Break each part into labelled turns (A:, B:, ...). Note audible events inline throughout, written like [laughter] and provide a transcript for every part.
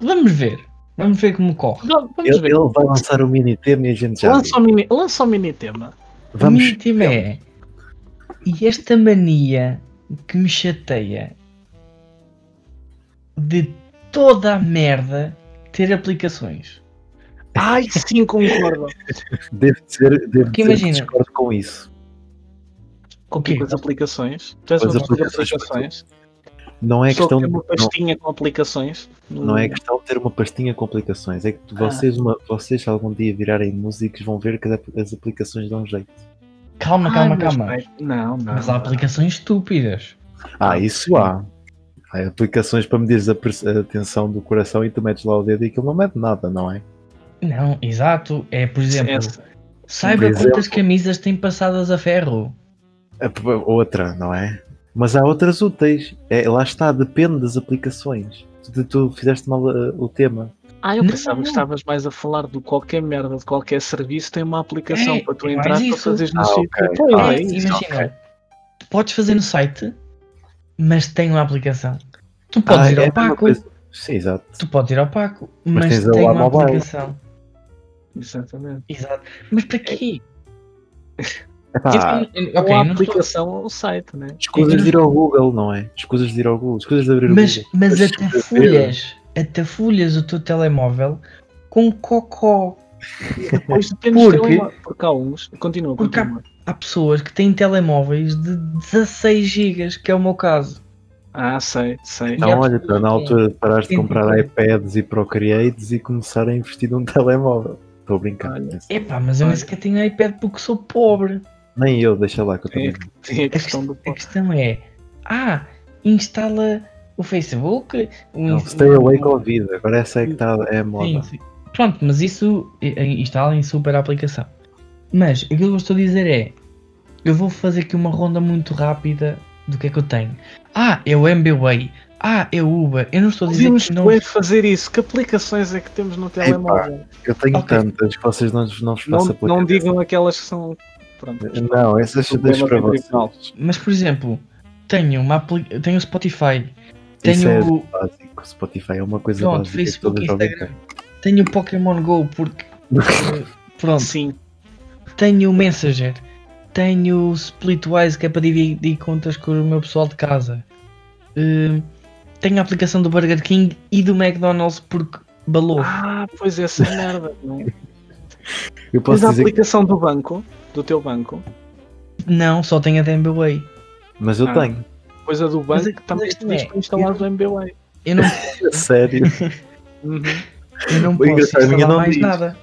A: Vamos ver. Vamos ver como corre.
B: Vamos
C: Ele,
B: ver.
C: ele vai lançar o mini tema e a gente já.
B: Lança
C: vê.
B: um, mini, lança um mini tema.
A: Vamos.
C: Vamos.
A: O meu tema é. E esta mania que me chateia de toda a merda ter aplicações.
B: Ai, sim,
A: [laughs]
B: concordo.
C: Devo dizer,
A: Porque
C: devo dizer que
A: imagina.
C: discordo com isso.
B: Com, o quê?
A: Ok.
B: com as aplicações. Tu és
C: Com as
B: uma pessoa de
C: aplicações.
B: aplicações.
C: Não é
B: Só
C: questão
B: que
C: de.
B: tem uma
C: Não,
B: pastinha com aplicações.
C: não é questão de ter uma pastinha com aplicações. É que vocês, uma, vocês algum dia virarem músicos vão ver que as apl- as aplicações dão jeito.
A: Calma,
B: Ai,
A: calma,
B: mas
A: calma.
B: vai- Não, não.
A: Mas há aplicações estúpidas.
C: Ah, isso há. Há aplicações para medir a, pres- a tensão do coração e tu metes lá o dedo e aquilo não mede nada, não é?
A: Não, exato. É, por exemplo,
B: Essa-
A: saiba
C: Por
A: quantas
C: exemplo.
A: camisas têm passadas a ferro.
C: A p- Outra, não é? Mas há outras úteis. É, lá está, depende das aplicações. Tu, tu fizeste mal uh, o tema.
B: Ah, eu
A: Não,
B: pensava
A: não.
B: que estavas mais a falar de qualquer merda, de qualquer serviço, tem uma aplicação
A: É,
B: para tu
A: é mais
B: entrar para
A: isso.
B: fazeres no
C: Ah,
B: sítio.
C: ok.
B: Pois,
C: Ah,
B: é
A: É,
B: isso.
A: imagina, tu podes fazer no site, mas tem uma aplicação. Tu podes
C: Ah,
A: ir
C: é a
A: ao
C: mesma
A: Paco,
C: coisa. Sim, exato.
A: tu podes ir ao Paco, mas,
C: tens a
A: tem
C: lá
A: uma
C: mobile.
A: aplicação.
B: Exatamente.
A: Exato. Mas para quê?
C: Epá,
A: Isso- é ok,
B: Ou a
A: não estou-
B: aplicação ou o site, né?
C: escusas de ir ao Google, não é? Escusas de ir ao Google. Escusas de abrir o
A: mas,
C: Google.
A: mas
C: Mas
A: até folhas, até folhas o teu telemóvel com cocó.
B: Depois depende do
A: Porque-
B: telemóvel, porque há uns. Continua,
A: Porque há-
B: continua.
A: Há pessoas que têm telemóveis de 16 GB, que é o meu caso.
B: Ah, sei, sei.
A: Não.
C: Então, olha, tu, na altura paraste de
A: Sim,
C: comprar
A: sim.
C: iPads e Procreates e começar a investir num [laughs] telemóvel. Estou a brincar.
B: Olha.
A: Epá, mas eu nem
B: Olha.
A: sequer tenho iPad porque sou pobre.
C: Nem eu, deixa lá que eu
A: é
B: Tem
C: também.
B: a, tem a
A: A
B: é questão do
A: A questão é, ah, instala o Facebook, o
C: Não,
A: Inst-
C: stay away Covid, agora essa é que está é a
A: Sim,
C: moda.
A: sim. Pronto, mas isso eh, instalem super a aplicação. Mas aquilo que eu estou a dizer é: eu vou fazer aqui uma ronda muito rápida do que é que eu tenho. Ah, é o MBWay. Ah, é o Uber. Eu não estou a dizer
B: Podíamos
A: que não.
B: é fazer isso. Que aplicações é que temos no telemóvel?
C: Eu tenho
A: Ok.
C: tantas que vocês não, não vos
B: Não,
C: façam
B: não
C: aplicar.
B: digam aquelas que são. Pronto.
C: Não, essas eu deixo
B: Problema
C: para
B: do
A: é
B: tribunal.
C: vocês.
A: Mas por exemplo, tenho uma apli... tenho o Spotify,
C: Isso
A: tenho
C: é
A: o
C: básico. Spotify é uma coisa
A: pronto,
C: básica. que todos
A: Facebook,
C: já ouvem
A: Instagram, tenho o Pokémon Go
C: [laughs]
A: porque eh, pronto,
B: Sim,
A: tenho o Messenger, tenho o Splitwise que é para dividir contas com o meu pessoal de casa, Hum, tenho a aplicação do Burger King e do McDonald's porque balou.
B: Ah, pois essa [laughs] é merda. Não.
C: tanto. Eu
B: Mas
C: posso
B: a
C: dizer que...
B: aplicação do banco, do teu banco,
A: Não, só tenho a da MBWay.
C: Mas eu
B: Ah.
C: tenho.
B: pois a do
A: Mas
B: banco
A: é-
B: também
A: mas
B: te
A: não
B: diz
A: é.
B: para instalar o MBWay.
A: Eu não,
C: Sério.
B: Uhum.
A: eu não
C: [laughs] O
A: posso
C: engraçado é que
A: instalar
C: não
A: mais
C: diz.
A: nada.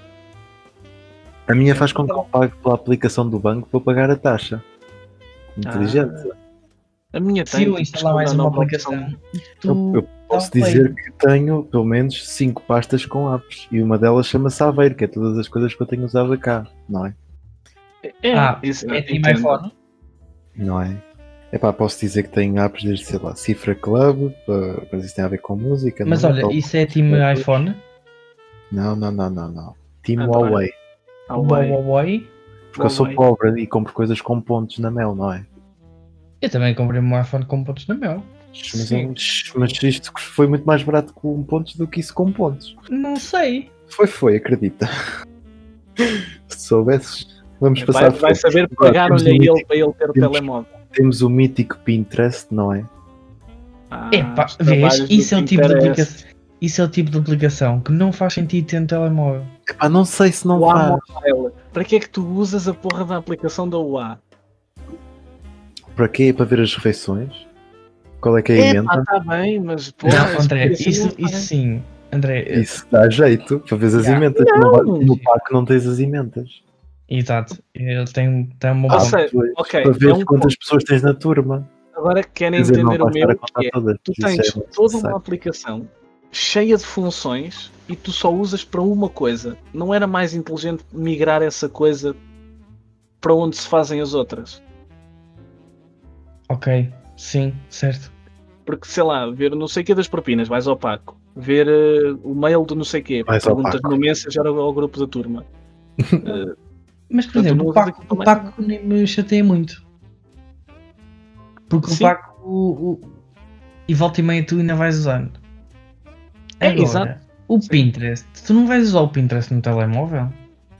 C: A minha faz com que
A: Então.
C: eu pague pela aplicação do banco para pagar a taxa.
A: Ah,
C: Inteligente.
B: A minha tem.
A: Se eu
B: tipo,
A: instalar mais
B: escolher
A: uma
B: nova opção.
A: aplicação,
C: Eu-
A: tu
C: eu Posso
A: dá um play.
C: dizer que tenho pelo menos 5 pastas com apps e uma delas chama-se Aveiro, que é todas as coisas que eu tenho usado cá, não é?
B: É,
A: Ah,
B: isso,
A: é Team
B: entendo.
A: iPhone.
C: Não é? Epá, posso dizer que tenho apps desde, sei lá, Cifra Club, eh, mas isso tem a ver com música.
A: Mas
C: não, é?
A: olha,
C: Tal-
A: isso é time
C: Depois-
A: iPhone,
C: não, não, não, não, não. Team
B: Ah, tá bem.
C: Huawei,
B: Ah, uai.
A: Huawei.
C: porque eu sou
B: Huawei.
C: pobre e compro coisas com pontos na mel, não é?
A: Eu também comprei um iPhone com pontos na mel.
C: Mas,
B: Sim.
C: eu- mas isto foi muito mais barato com pontos do que isso com pontos.
A: Não sei.
C: Foi, foi, acredita. Se soubesses, vamos
B: Vai,
C: passar.
B: É, vai
C: frente.
B: saber
C: Agora, temos
B: pagar-lhe a
C: um
B: ele
C: mítico-
B: para ele ter o
C: Temos-
B: telemóvel.
C: Temos o mítico Pinterest, não é?
B: Ah,
A: Epá,
B: os
A: vês,
B: trabalhos do
A: isso é, o tipo de
B: Pinterest.
A: aplicação, isso é o tipo de aplicação que não faz sentido ter no telemóvel.
C: Epá, não sei se não
B: Uá,
C: faz.
B: mobile. Para que é que tu usas a porra da aplicação da UA?
C: Para quê? É Para ver as refeições? Qual é que é a
B: Epá,
C: emenda?
B: tá bem, mas porra,
A: Não,
B: a
A: André,
B: experiência
A: isso,
B: não
A: isso sim. André, eh,
C: Isso dá jeito para ver as
A: Ya.
C: emendas. Não vai-
B: Não.
C: no Paco não tens as emendas.
A: exato. Ele tem, tem uma
B: Ah,
A: boa.
B: sei.
C: Tu és-
B: ok,
C: para ver
B: é um
C: quantas pessoas tens na turma.
B: faz. Agora querem
C: Quer dizer, não
B: entender o
C: vais estar a
B: meu,
C: contar
B: que é,
C: todas.
B: tu
C: isso já é
B: tens
C: muito
B: toda uma
C: necessário.
B: aplicação cheia de funções e tu só usas para uma coisa. Não era mais inteligente migrar essa coisa para onde se fazem as outras?
A: Ok, sim, certo.
B: Porque, sei lá, ver não sei o quê das propinas, vais ao Paco. Ver eh, o mail do não sei o quê,
C: Vais ao
B: perguntas
C: Paco.
B: no Messenger ao ao grupo da turma. Eh,
A: Mas, por
B: Portanto,
A: exemplo,
B: não
A: o
B: usas
A: Paco,
B: aquilo
A: o
B: também.
A: Paco nem me chateia muito. Porque
B: Sim.
A: o Paco. o- o- E volta e meia tu ainda vais usando.
B: É,
A: Agora,
B: exato.
A: O Pinterest. Tu não vais usar o Pinterest no telemóvel?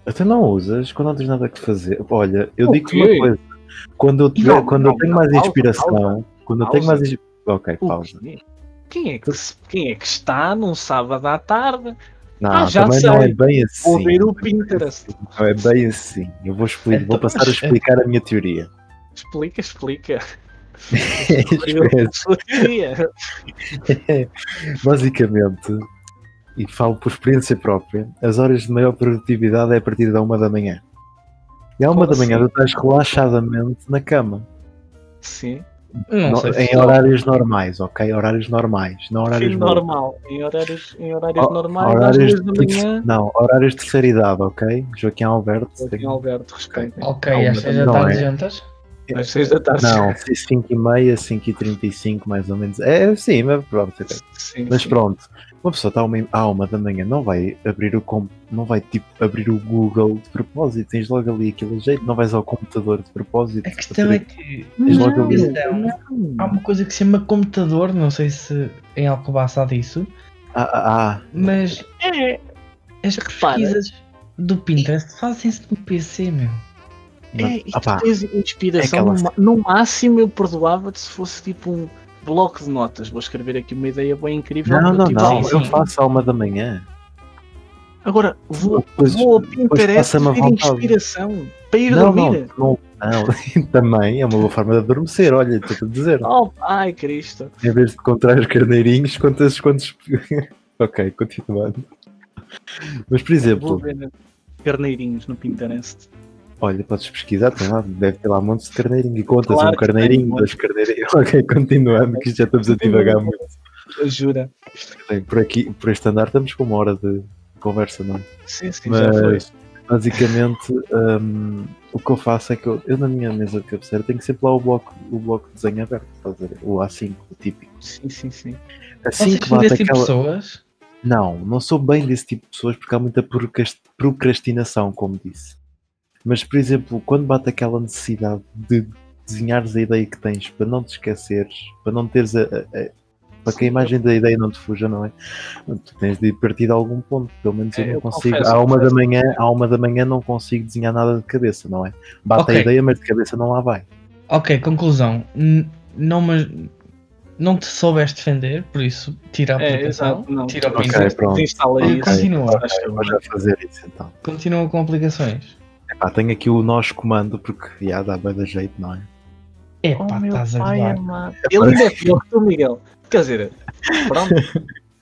C: Até não usas quando não tens nada que fazer. Olha, eu
B: O
C: digo-te
B: quê?
C: uma coisa. Quando eu,
A: Não,
C: quando
B: não,
C: eu tenho
B: não,
C: mais
B: pausa,
C: inspiração,
B: pausa,
C: quando eu
B: pausa.
C: tenho mais ins- Ok,
B: O
C: pausa.
B: quê? Quem é, que, se- quem é que está num sábado à tarde
C: Não,
B: Ah, já
C: também
B: sei.
C: não é bem
B: a ouvir
C: assim.
B: o Pinterest?
C: Não é bem assim. Eu vou, expli- vou
A: Então,
C: passar a
A: mas-
C: explicar a
B: [laughs]
C: minha teoria.
B: Explica, explica.
C: Espera.
B: Sua teoria.
C: Basicamente, e falo por experiência própria, as horas de maior produtividade é a partir da uma da manhã. E à uma
B: Como
C: da manhã
B: assim?
C: tu estás relaxadamente na cama.
B: Sim.
A: Não,
C: No-
A: sei.
C: em
A: se-
C: horários normais, ok? Horários normais, não horários
B: Fim
C: malucos.
B: normal. Em horários, em horários
C: Ho-
B: normais,
C: horários
B: às
C: de
B: duas da
C: terce-
B: manhã.
C: Não, horários de terceira idade, ok? Joaquim Alberto.
B: Joaquim Alberto, respeitem.
A: Ok,
C: Não,
A: às
C: mas
A: 6 da
C: não
A: tarde
C: é.
A: jantas?
B: Às seis da tarde.
C: Não, 5h30, 5h35 mais ou menos. É, sim, mas pronto. ok.
B: Sim,
C: Mas
B: sim.
C: pronto, uma pessoa está à uma, à uma da manhã, não vai abrir o com- não vai tipo abrir o Google de propósito, tens logo ali aquele jeito, não vais ao computador de propósito.
A: A questão é que
C: Tens logo ali.
A: Não,
B: Hum. Ah,
A: há uma coisa que se chama computador, não sei se em Alcobaça há disso,
C: Ah, ah, ah.
A: mas
B: É,
A: as
B: Repara.
A: pesquisas do Pinterest fazem-se no PC, meu.
C: Mas-
B: é, e
C: ah, pá.
B: tu tens inspiração.
C: é aquela-
B: no, ma- no máximo eu perdoava-te se fosse tipo um bloco de notas. Vou escrever aqui uma ideia bem incrível. tipo,
C: Não,
B: que
C: não,
B: eu tive
C: não,
B: aí.
C: eu faço à uma da manhã.
B: Agora vou,
C: Depois-
B: vou ao
C: depois
B: Pinterest
C: passa-me a
B: pedir
C: vontade.
B: inspiração para ir
C: Não, não,
B: dormir.
C: não, não. [laughs] também é uma boa forma de adormecer, olha, estou a dizer.
B: Oh, ai Cristo.
C: Em vez de contar os carneirinhos, contas quantos. [laughs] ok, continuando. Mas por
B: Vou
C: exemplo,
B: ver carneirinhos no Pinterest.
C: Olha, podes pesquisar, tem lá, deve ter lá um monte de carneirinho. E contas
B: Claro
C: um
B: que tem,
C: carneirinho,
B: um
C: dois carneirinhos. [laughs] Ok, continuando, que isto já estamos a divagar muito.
B: Eu jura.
C: Bem, por aqui, por este andar, estamos com uma hora de conversa, não? é?
B: Sim, sim, já foi.
C: Mas, basicamente, hum, o que eu faço é que eu, eu na minha mesa de cabeceira, tenho sempre lá o bloco, o bloco de desenho aberto, estás a ver? O A5, o típico.
B: Sim, sim, sim.
C: Assim
A: Vocês
C: que
A: são
C: bate
A: desse tipo de
C: aquela.
A: pessoas?
C: Não, não sou bem desse tipo de pessoas porque há muita procrast- procrastinação, como disse. Mas, por exemplo, quando bate aquela necessidade de desenhares a ideia que tens para não te esqueceres, para não teres a. a- a- para que a imagem da ideia não te fuja, não é? Tu tens de partir de algum ponto. Pelo menos eu
B: É,
C: não
B: eu
C: consigo.
B: confesso,
C: à, uma da
B: confesso.
C: manhã, à uma da manhã não consigo desenhar nada de cabeça, não é? Bate a
A: Ok.
C: ideia, mas de cabeça não lá vai.
A: Ok, conclusão. N- Não, mas não te soubeste defender, por isso tira a
B: É,
A: aplicação.
B: exato, não.
A: Tira o
B: Ok,
A: Pinterest.
C: pronto.
B: Desinstala
A: Ok,
B: isso.
A: continua.
B: Acho que é eu-
C: Vou já fazer isso então.
A: Continua com aplicações.
C: Epá, tenho aqui o nós comando porque já dá bem da jeito, não é?
A: É
B: Oh,
A: pá,
B: meu
A: estás a
B: pai
A: gozar.
B: amado. [laughs] Ele ainda é pior que tu, Miguel. Quer dizer, pronto.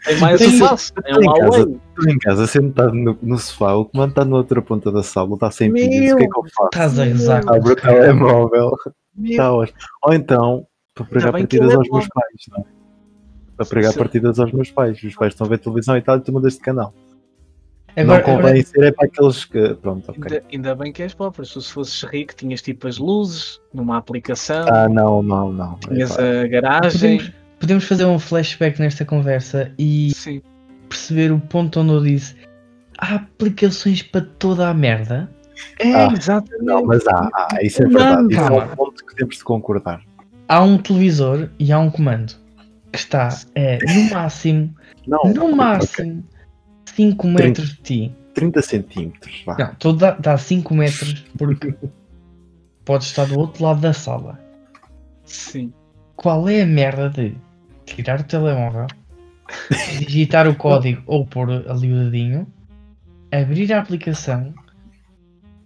B: Tem mais
C: Sim,
B: um passo. É um
C: em casa.
B: Huawei.
C: Estou em casa sentado no, no sofá, o comando está na outra ponta da sala, está sem
B: Meu
C: pilhas, o que é que eu faço?
A: Estás a gozar. com
C: Abro o
A: os caras.
C: telemóvel,
B: Meu,
C: está hoje. Ou então, para pregar
B: bem que
C: partidas
B: ele é
C: aos meus
B: bom.
C: pais, não é? Para pregar
B: Sim.
C: partidas aos meus pais. Os pais estão a ver televisão e tal, e tu mudas de canal.
A: Agora,
C: não convém
A: agora-
C: ser, é para aqueles que. Pronto, ok.
B: Ainda, ainda bem que és pobre. Se tu fosses rico, tinhas tipo as luzes numa aplicação,
C: Ah, não, não, não.
B: tinhas
C: Epá,
B: a garagem.
A: podemos, podemos fazer um flashback nesta conversa e
B: Sim.
A: perceber o ponto onde eu disse há aplicações para toda a merda.
B: É,
C: Ah,
B: exatamente.
C: Não, mas há, há, isso é
B: Não,
C: verdade. Isso é
A: calma.
C: um ponto que temos de concordar.
A: Há um televisor e há um comando que está é, no máximo,
C: Não,
A: no
C: Oh, ok,
A: máximo, 5
C: Trinta.
A: metros de ti.
C: 30 centímetros, vá.
A: Não, todo dá, dá 5 metros porque podes estar do outro lado da sala.
B: Sim.
A: Qual é a merda de tirar o telemóvel, digitar o código ou pôr ali o dedinho, abrir a aplicação?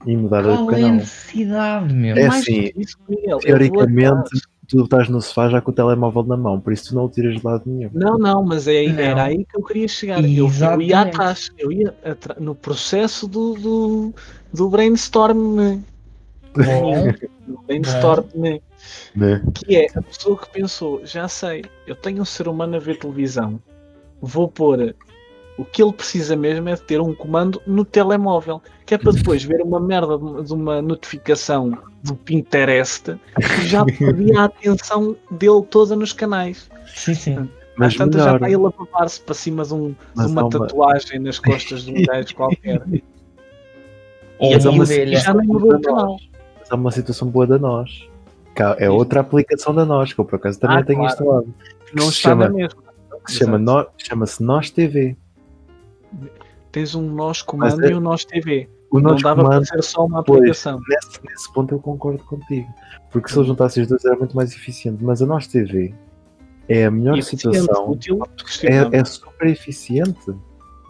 C: E mudar de
A: Qual é a
C: canal.
A: necessidade, meu?
C: É
B: Mais do
C: assim,
B: que isso, Miguel, eu vou
C: Teoricamente,
B: atrás.
C: tu estás no sofá já com o telemóvel na mão, por isso tu não o tiras de lado nenhum.
B: Não, não, mas é,
A: Não.
B: era aí que eu queria chegar. Eu, eu
A: Exatamente.
B: ia atrás, eu ia atra- no processo do, do, do brainstorm.
A: Bom,
B: Do brainstorm.
C: Né?
B: que é a pessoa que pensou, já sei, eu tenho um ser humano a ver televisão, vou pôr o que ele precisa mesmo é de ter um comando no telemóvel, que é para depois ver uma merda de uma- de uma notificação do Pinterest que já perdia a atenção dele toda nos canais.
A: sim, sim.
C: Mas
B: Às tantas já
C: melhor,
B: está ele a papar-se para cima de, um- de
C: mas há
B: uma
C: uma-
B: tatuagem nas costas
C: [laughs]
B: de um gajo qualquer.
A: Ou
B: Mas
C: há uma-
B: E já nem mudou o canal.
C: mas há uma situação boa da nós. Cá- É
B: Isto.
C: outra aplicação da nós, que eu por acaso também
B: Ah,
C: tenho
B: claro.
C: instalado. Então, Que
B: Não
C: se
B: está na
C: chama,
B: mesma.
C: que se chama
B: Exato.
C: Nó- chama-se Nós TV.
B: Tens um nós comando
C: Mas é-
B: e um nós TV.
C: O
B: Não
C: nós
B: dava para
C: comando,
B: ser só uma
C: pois.
B: aplicação.
C: nesse, nesse ponto eu concordo contigo. Porque se eu juntasse os dois era muito mais eficiente. Mas a nós TV é a melhor
B: E eficiente,
C: situação.
B: útil,
C: É,
B: questionável.
C: é super eficiente.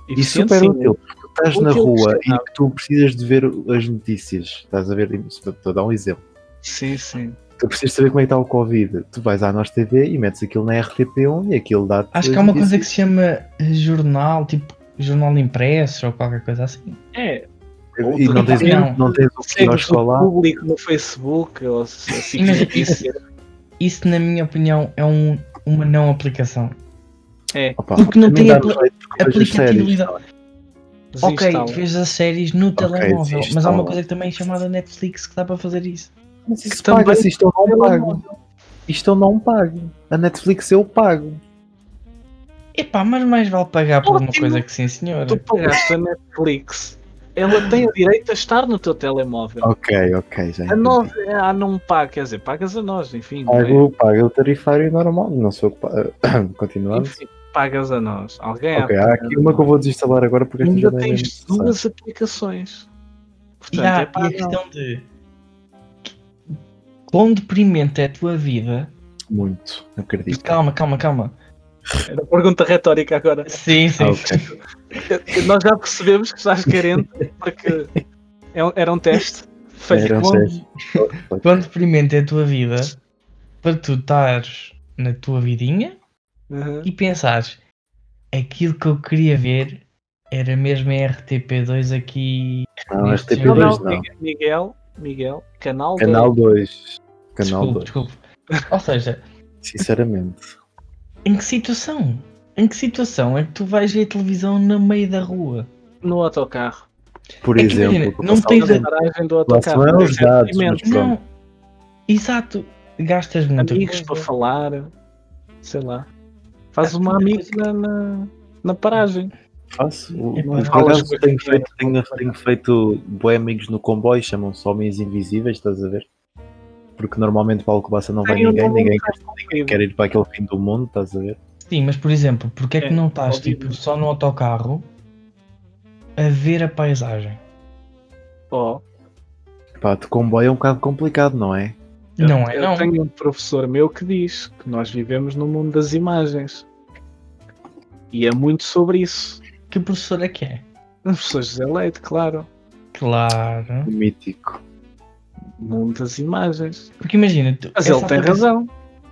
C: e
B: Eficiente,
C: super
B: sim.
C: útil. Tu estás na
B: Útil,
C: rua
B: questionável.
C: e tu precisas de ver as notícias. Estás a ver, estou a dar um exemplo.
B: Sim, sim.
C: Tu precisas saber como é que está o Covid. Tu vais à nossa TV e metes aquilo na RTP1 e aquilo dá
A: Acho que há uma coisa que se chama eh, jornal, tipo jornal impresso ou qualquer coisa assim.
B: É,
C: E não tens, um,
A: Não.
C: não tens o
B: segues
C: quiosque
B: o
C: lá.
B: público no Facebook ou se- [laughs] assim,
A: Mas
B: que
A: isso-
B: isso-
A: Isso, na minha opinião, é um- uma não aplicação.
C: Opa,
A: Porque não
C: também
A: tem
C: dá
A: apli-
C: jeito por coisas sérias.
A: Aplicatividade. Ok,
B: desinstala.
A: vês as séries no telemóvel, mas há
C: desinstala.
A: uma coisa que também é chamada Netflix que dá para fazer isso.
C: Mas isso
B: Que também
C: paga-se, isto eu não
B: telemóvel.
C: pago. Isto eu não pago. A Netflix eu pago.
A: Epá, mas mais vale pagar por uma
B: Ótimo.
A: coisa que sim, senhora.
B: Tu pagaste a Netflix. Ela tem o direito a estar no teu telemóvel.
C: Ok, ok, já
B: A
C: entendi.
B: nós, é, ah, não paga, quer dizer, pagas a nós, enfim. não é?
C: Pago, pago o tarifário normal, não sou [coughs] ocupado. Continuando.
B: Enfim, pagas a nós. Alguém
C: Ok,
B: há-
C: há aqui uma que eu vou desinstalar agora porque esta já
B: Ainda
C: não é
B: tens
C: necessária.
B: duas aplicações.
A: E
B: Portanto,
A: há
B: é
A: e a
B: pago.
A: questão de quão deprimente é a tua vida.
C: Muito, não
A: E
C: acredito.
A: calma, calma, calma.
B: Era pergunta retórica agora.
A: Sim, sim.
C: Ah, ok.
A: [laughs]
B: Nós já percebemos que estás carente porque é um- era um teste. Falhou.
C: Era um
A: Quão-
C: teste.
A: Quão deprimente é a tua vida para tu estares na tua vidinha
B: Uhum.
A: e pensares aquilo que eu queria ver era mesmo a RTP2 aqui.
C: Não,
A: Neste
B: Não,
C: RTP2
B: não,
C: um não.
B: Miguel, Miguel, canal,
C: Canal 2. Canal
A: Desculpe,
C: 2.
A: desculpe. Ou seja,
C: Sinceramente.
A: em que situação? Em que situação é que tu vais ver televisão no meio da rua?
B: no autocarro.
C: Por
A: É que
C: exemplo,
A: imagina,
C: vou
A: não
C: passar
A: tens
C: o
A: a-
B: Na
C: tempo.
B: paragem do
C: lá se
B: autocarro.
C: vão os
B: Tem
C: dados,
B: sentimentos,
C: mas pronto.
A: Não. Exato. Gastas muito.
B: amigos para falar, sei lá. Faz uma amiga na, na, na paragem.
C: faço.
A: É pá,
C: Por
B: falas
C: acaso
B: com
C: tenho
B: as
C: feito, tenho, tenho feito bué amigos no comboio, chamam-se homens invisíveis, estás a ver? Porque normalmente para Alcobaça não vai
B: Ai, eu
C: ninguém,
B: não vou
C: ninguém
B: entrar
C: quer, quer ir para aquele fim do mundo, estás a ver?
A: Sim, mas por exemplo, porque é,
B: É,
A: que não estás
B: óbvio.
A: tipo, só no autocarro a ver a paisagem?
B: Ó,
C: Pá, de comboio é um bocado complicado, não é?
B: eu-
A: não é,
B: eu
A: não.
B: tenho um professor meu que diz que nós vivemos no mundo das imagens. E é muito sobre isso.
A: Que professor é que é?
B: O professor José Leite, claro.
A: Claro.
C: Mítico.
B: Mundo das imagens.
A: Porque imagina, tu, é
B: Mas
A: essa
B: ele tem
A: aplica-
B: razão.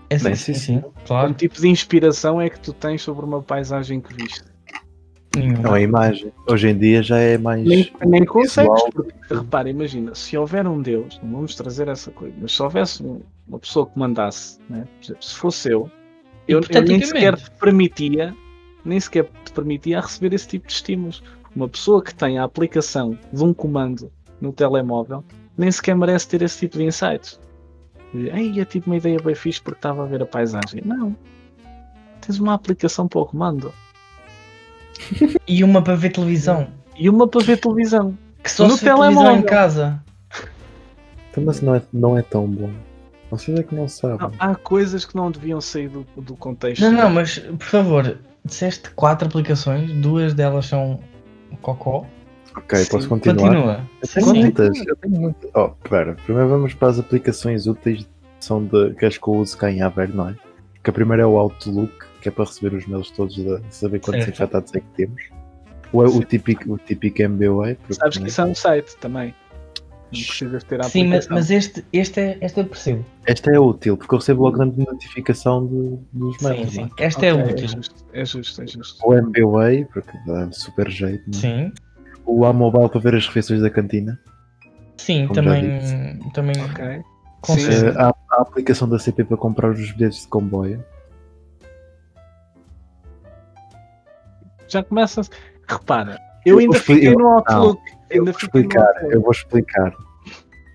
A: Essa,
C: Bem,
A: é sim,
C: sim,
A: sim,
B: Um
A: claro.
B: tipo de inspiração é que tu tens sobre uma paisagem que viste.
A: Nenhuma.
C: Não é imagem. Hoje em dia já é mais.
B: Nem, nem consegues,
C: visual.
B: porque repara, imagina, se houver um Deus, não vamos trazer essa coisa, mas se houvesse um- uma pessoa que mandasse, né? por exemplo, se fosse eu, eu, eu nem
A: Hipoteticamente.
B: sequer te permitia, nem sequer te permitia receber esse tipo de estímulos. Uma pessoa que tem a aplicação de um comando no telemóvel nem sequer merece ter esse tipo de insights. E, Ei, eu tive uma ideia bem fixe porque estava a ver a paisagem. Não. Tens uma aplicação para o comando.
A: E uma para ver televisão.
B: E uma para ver televisão.
A: Que só
B: No
A: se vê televisão em
B: telemóvel.
A: casa.
C: Então, Mas não é, não é tão bom. Vocês é que não sabem.
B: Não, há coisas que não deviam sair do, do contexto.
A: Não, não, mas por favor, disseste quatro aplicações, duas delas são cocó.
C: ok,
B: sim,
C: posso continuar?
A: Continua.
C: Eu tenho
A: Sim.
C: muitas. Eu tenho muitas. Oh, pera. Primeiro vamos para as aplicações úteis que são de, que acho que eu uso cá em Aveiro, não é? Que a primeira é o Outlook, que é para receber os mails todos, de saber quantos
A: Certo.
C: infectados é que temos. Ou é o típico, o típico MBWay. porque
B: Sabes que
C: não é?
B: isso é um site também. Não precisas ter a
A: Sim, mas,
B: aplicação.
A: mas este, este, é, este eu percebo.
C: Esta é útil, porque eu recebo logo grande notificação de- dos
A: Sim,
C: mails.
A: sim.
C: não é?
A: Esta é
B: Ok, É
A: útil.
B: justo, é justo. É justo.
C: O MBWay, porque dá super jeito. não é?
A: Sim.
C: O A-Mobile para ver as refeições da cantina.
A: Sim,
C: Como já
A: também. Também.
B: Ok.
A: concedo.
B: Sim.
C: Eh, há- há a aplicação da CP para comprar os bilhetes de comboio.
B: Já começa. Repara, eu ainda
C: Eu fui-
B: fiquei
C: eu-
B: no Outlook. Ainda
C: vou
B: fiquei no
C: explicar,
B: Outlook.
C: eu vou explicar.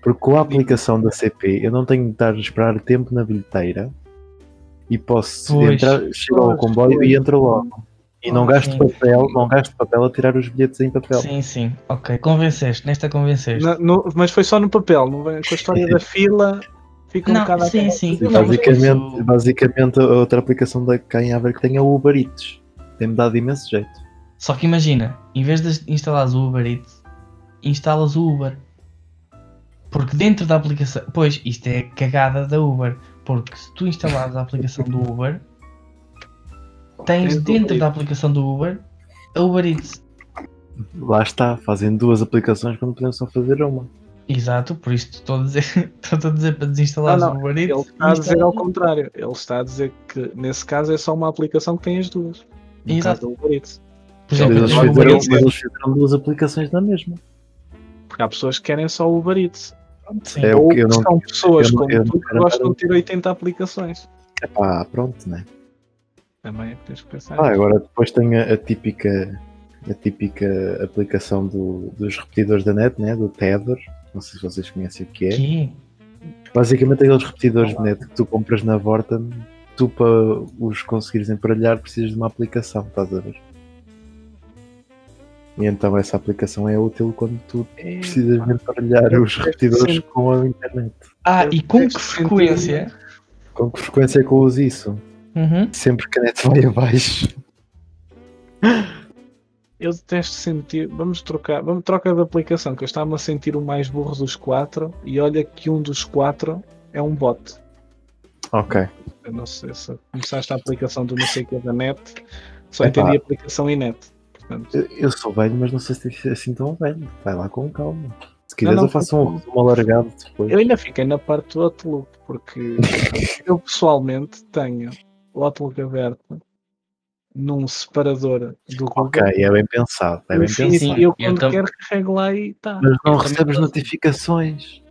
C: Porque com a aplicação da CP eu não tenho de estar a esperar tempo na bilheteira e posso
A: Pois.
C: entrar, chego ao
B: Pois,
C: comboio
B: pois.
C: e entro logo. E não
A: Ah,
C: gasto
A: sim.
C: papel, não gasto papel a tirar os bilhetes em papel.
A: Sim, sim. Ok, convenceste. Nesta convenceste.
B: Na- no- mas foi só no papel, não vem- com a história da fila. Fica um
A: Não,
B: bocado à
A: sim,
B: cara.
A: sim.
B: Não, mas-
A: mas
C: basicamente,
A: isso-
C: basicamente a outra aplicação da Canhaver que tem é o Uber Eats. Tem-me dado imenso jeito.
A: Só que imagina, em vez de instalares o Uber Eats, instalas o Uber. Porque dentro da aplicação. Pois, isto é cagada da Uber. Porque se tu instalares a aplicação do
B: [laughs]
A: Uber, tens
B: Tens do
A: dentro
B: Uber
A: da aplicação do Uber a Uber Eats.
C: Lá está, fazem duas aplicações quando podiam só fazer uma.
A: Exato, por isso estou a dizer, [laughs] estou a dizer para desinstalares
B: Ah, não,
A: o Uber Eats.
B: Ele
A: e
B: está a dizer
A: instalas-
B: ao contrário. Ele está a dizer que nesse caso é só uma aplicação que tem as duas. No
A: Exato.
B: caso do Uber Eats.
A: Por
C: Mas
A: exemplo,
C: eles,
A: eu jogo é o Uber
C: fizeram,
A: Eats.
C: eles fizeram duas aplicações na mesma.
B: Porque há pessoas que querem só o Uber Eats.
A: Sim.
C: É o
B: Ou
C: que eu não.
B: são pessoas
C: eu não-
B: como
C: eu
B: tu
C: não
B: que
C: quero
B: gostam
C: andar-
B: de ter 80 aplicações.
C: Epá, pronto, né?
B: Também é que tens que pensar.
C: Ah, agora depois tem a, a típica a típica aplicação do- dos repetidores da net, né? do Tether. Não sei se vocês conhecem o que é.
A: Aqui.
C: Basicamente aqueles repetidores de net que tu compras na Vorta, tu para os conseguires emparelhar precisas de uma aplicação, estás a ver? E então essa aplicação é útil quando tu
B: É,
C: precisas de emparelhar os repetidores com a internet.
A: Ah, e com que
B: Este sentido-
A: frequência?
C: Com que frequência é que eu uso isso?
A: Uhum.
C: Sempre que a net vai abaixo.
B: Eu detesto sentir. Vamos trocar. Vamos trocar de aplicação, que eu estava a sentir o mais burro dos quatro. E olha que um dos quatro é um bot.
C: Ok.
B: Eu não sei se começaste a aplicação do não sei que da net. Só
C: Epá.
B: entendi aplicação e net. Portanto,
C: Eu- Eu sou velho, mas não sei se é assim tão velho. Vai lá com calma. Se quiseres,
B: não,
C: eu faço um resumo alargado depois.
B: eu ainda fiquei na parte do Outlook, porque
C: [laughs]
B: eu pessoalmente tenho o Outlook aberto num separador do Google.
C: Ok, é bem pensado. É bem
B: Enfim,
C: pensado.
A: sim.
B: e eu
A: Eu
B: quando
A: tam-
B: quero carrego lá e está.
C: Mas não
A: Eu também
C: recebes
A: faço.
C: notificações.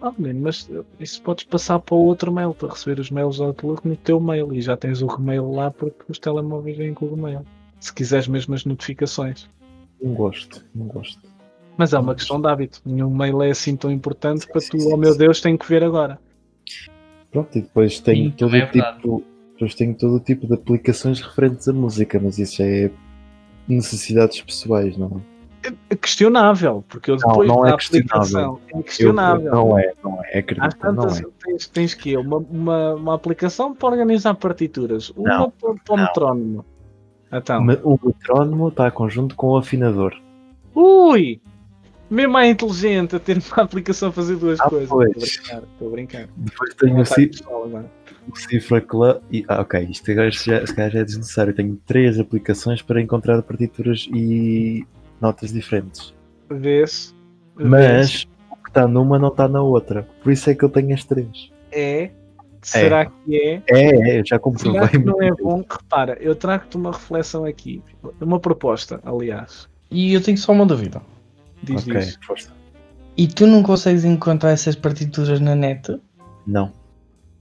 B: Ah, menino, mas isso podes passar para o outro mail, para receber os mails do Outlook no teu mail e já tens o Gmail lá porque os telemóveis vêm com o Gmail. Se quiseres mesmo as notificações.
C: Não gosto, não gosto.
B: Mas é uma questão de hábito. Nenhum mail é assim tão importante
C: Sim,
B: para
C: sim,
B: tu,
C: sim,
B: oh meu
C: sim.
B: Deus, tenho que ver agora.
C: Pronto, e depois tenho
A: Sim,
C: todo
A: também
C: o
A: é verdade.
C: tipo. Depois tenho todo o tipo de aplicações referentes à música, mas isso já é necessidades pessoais, não é?
B: É questionável, porque eu
C: Não,
B: depois
C: não é
B: da aplicação é
C: Eu-
B: questionável.
C: não é, não é.
B: Há
C: Acredita, não
B: tantas,
C: é.
B: tens, tens que ir, uma, uma, uma aplicação para organizar partituras, uma
C: Não,
B: para, para o
C: não.
B: metrónomo. Então,
C: Ma- O metrónomo está conjunto com o afinador.
B: Ui! Mesmo é inteligente a ter uma aplicação a fazer duas
C: Ah,
B: coisas.
C: pois.
B: Estou a brincar, estou a brincar.
C: Depois tenho assim o,
B: Não
C: ci-
B: faz pessoal agora.
C: O Cifra Club. E, ah, ok, isto agora já, se calhar já é desnecessário. Eu Tenho três aplicações para encontrar partituras e notas diferentes.
B: Vês? Vês?
C: Mas o que está numa não está na outra. Por isso é que eu tenho as três.
B: É? Será que é?
C: É, é, eu
B: Será que
C: já comprovei.
B: não é
C: muito.
B: bom? Repara, eu trago-te uma reflexão aqui. Uma proposta, aliás.
A: E eu tenho só uma dúvida.
B: Diz
C: Ok,
B: diz.
C: força.
A: E tu não consegues encontrar essas partituras na net?
C: Não.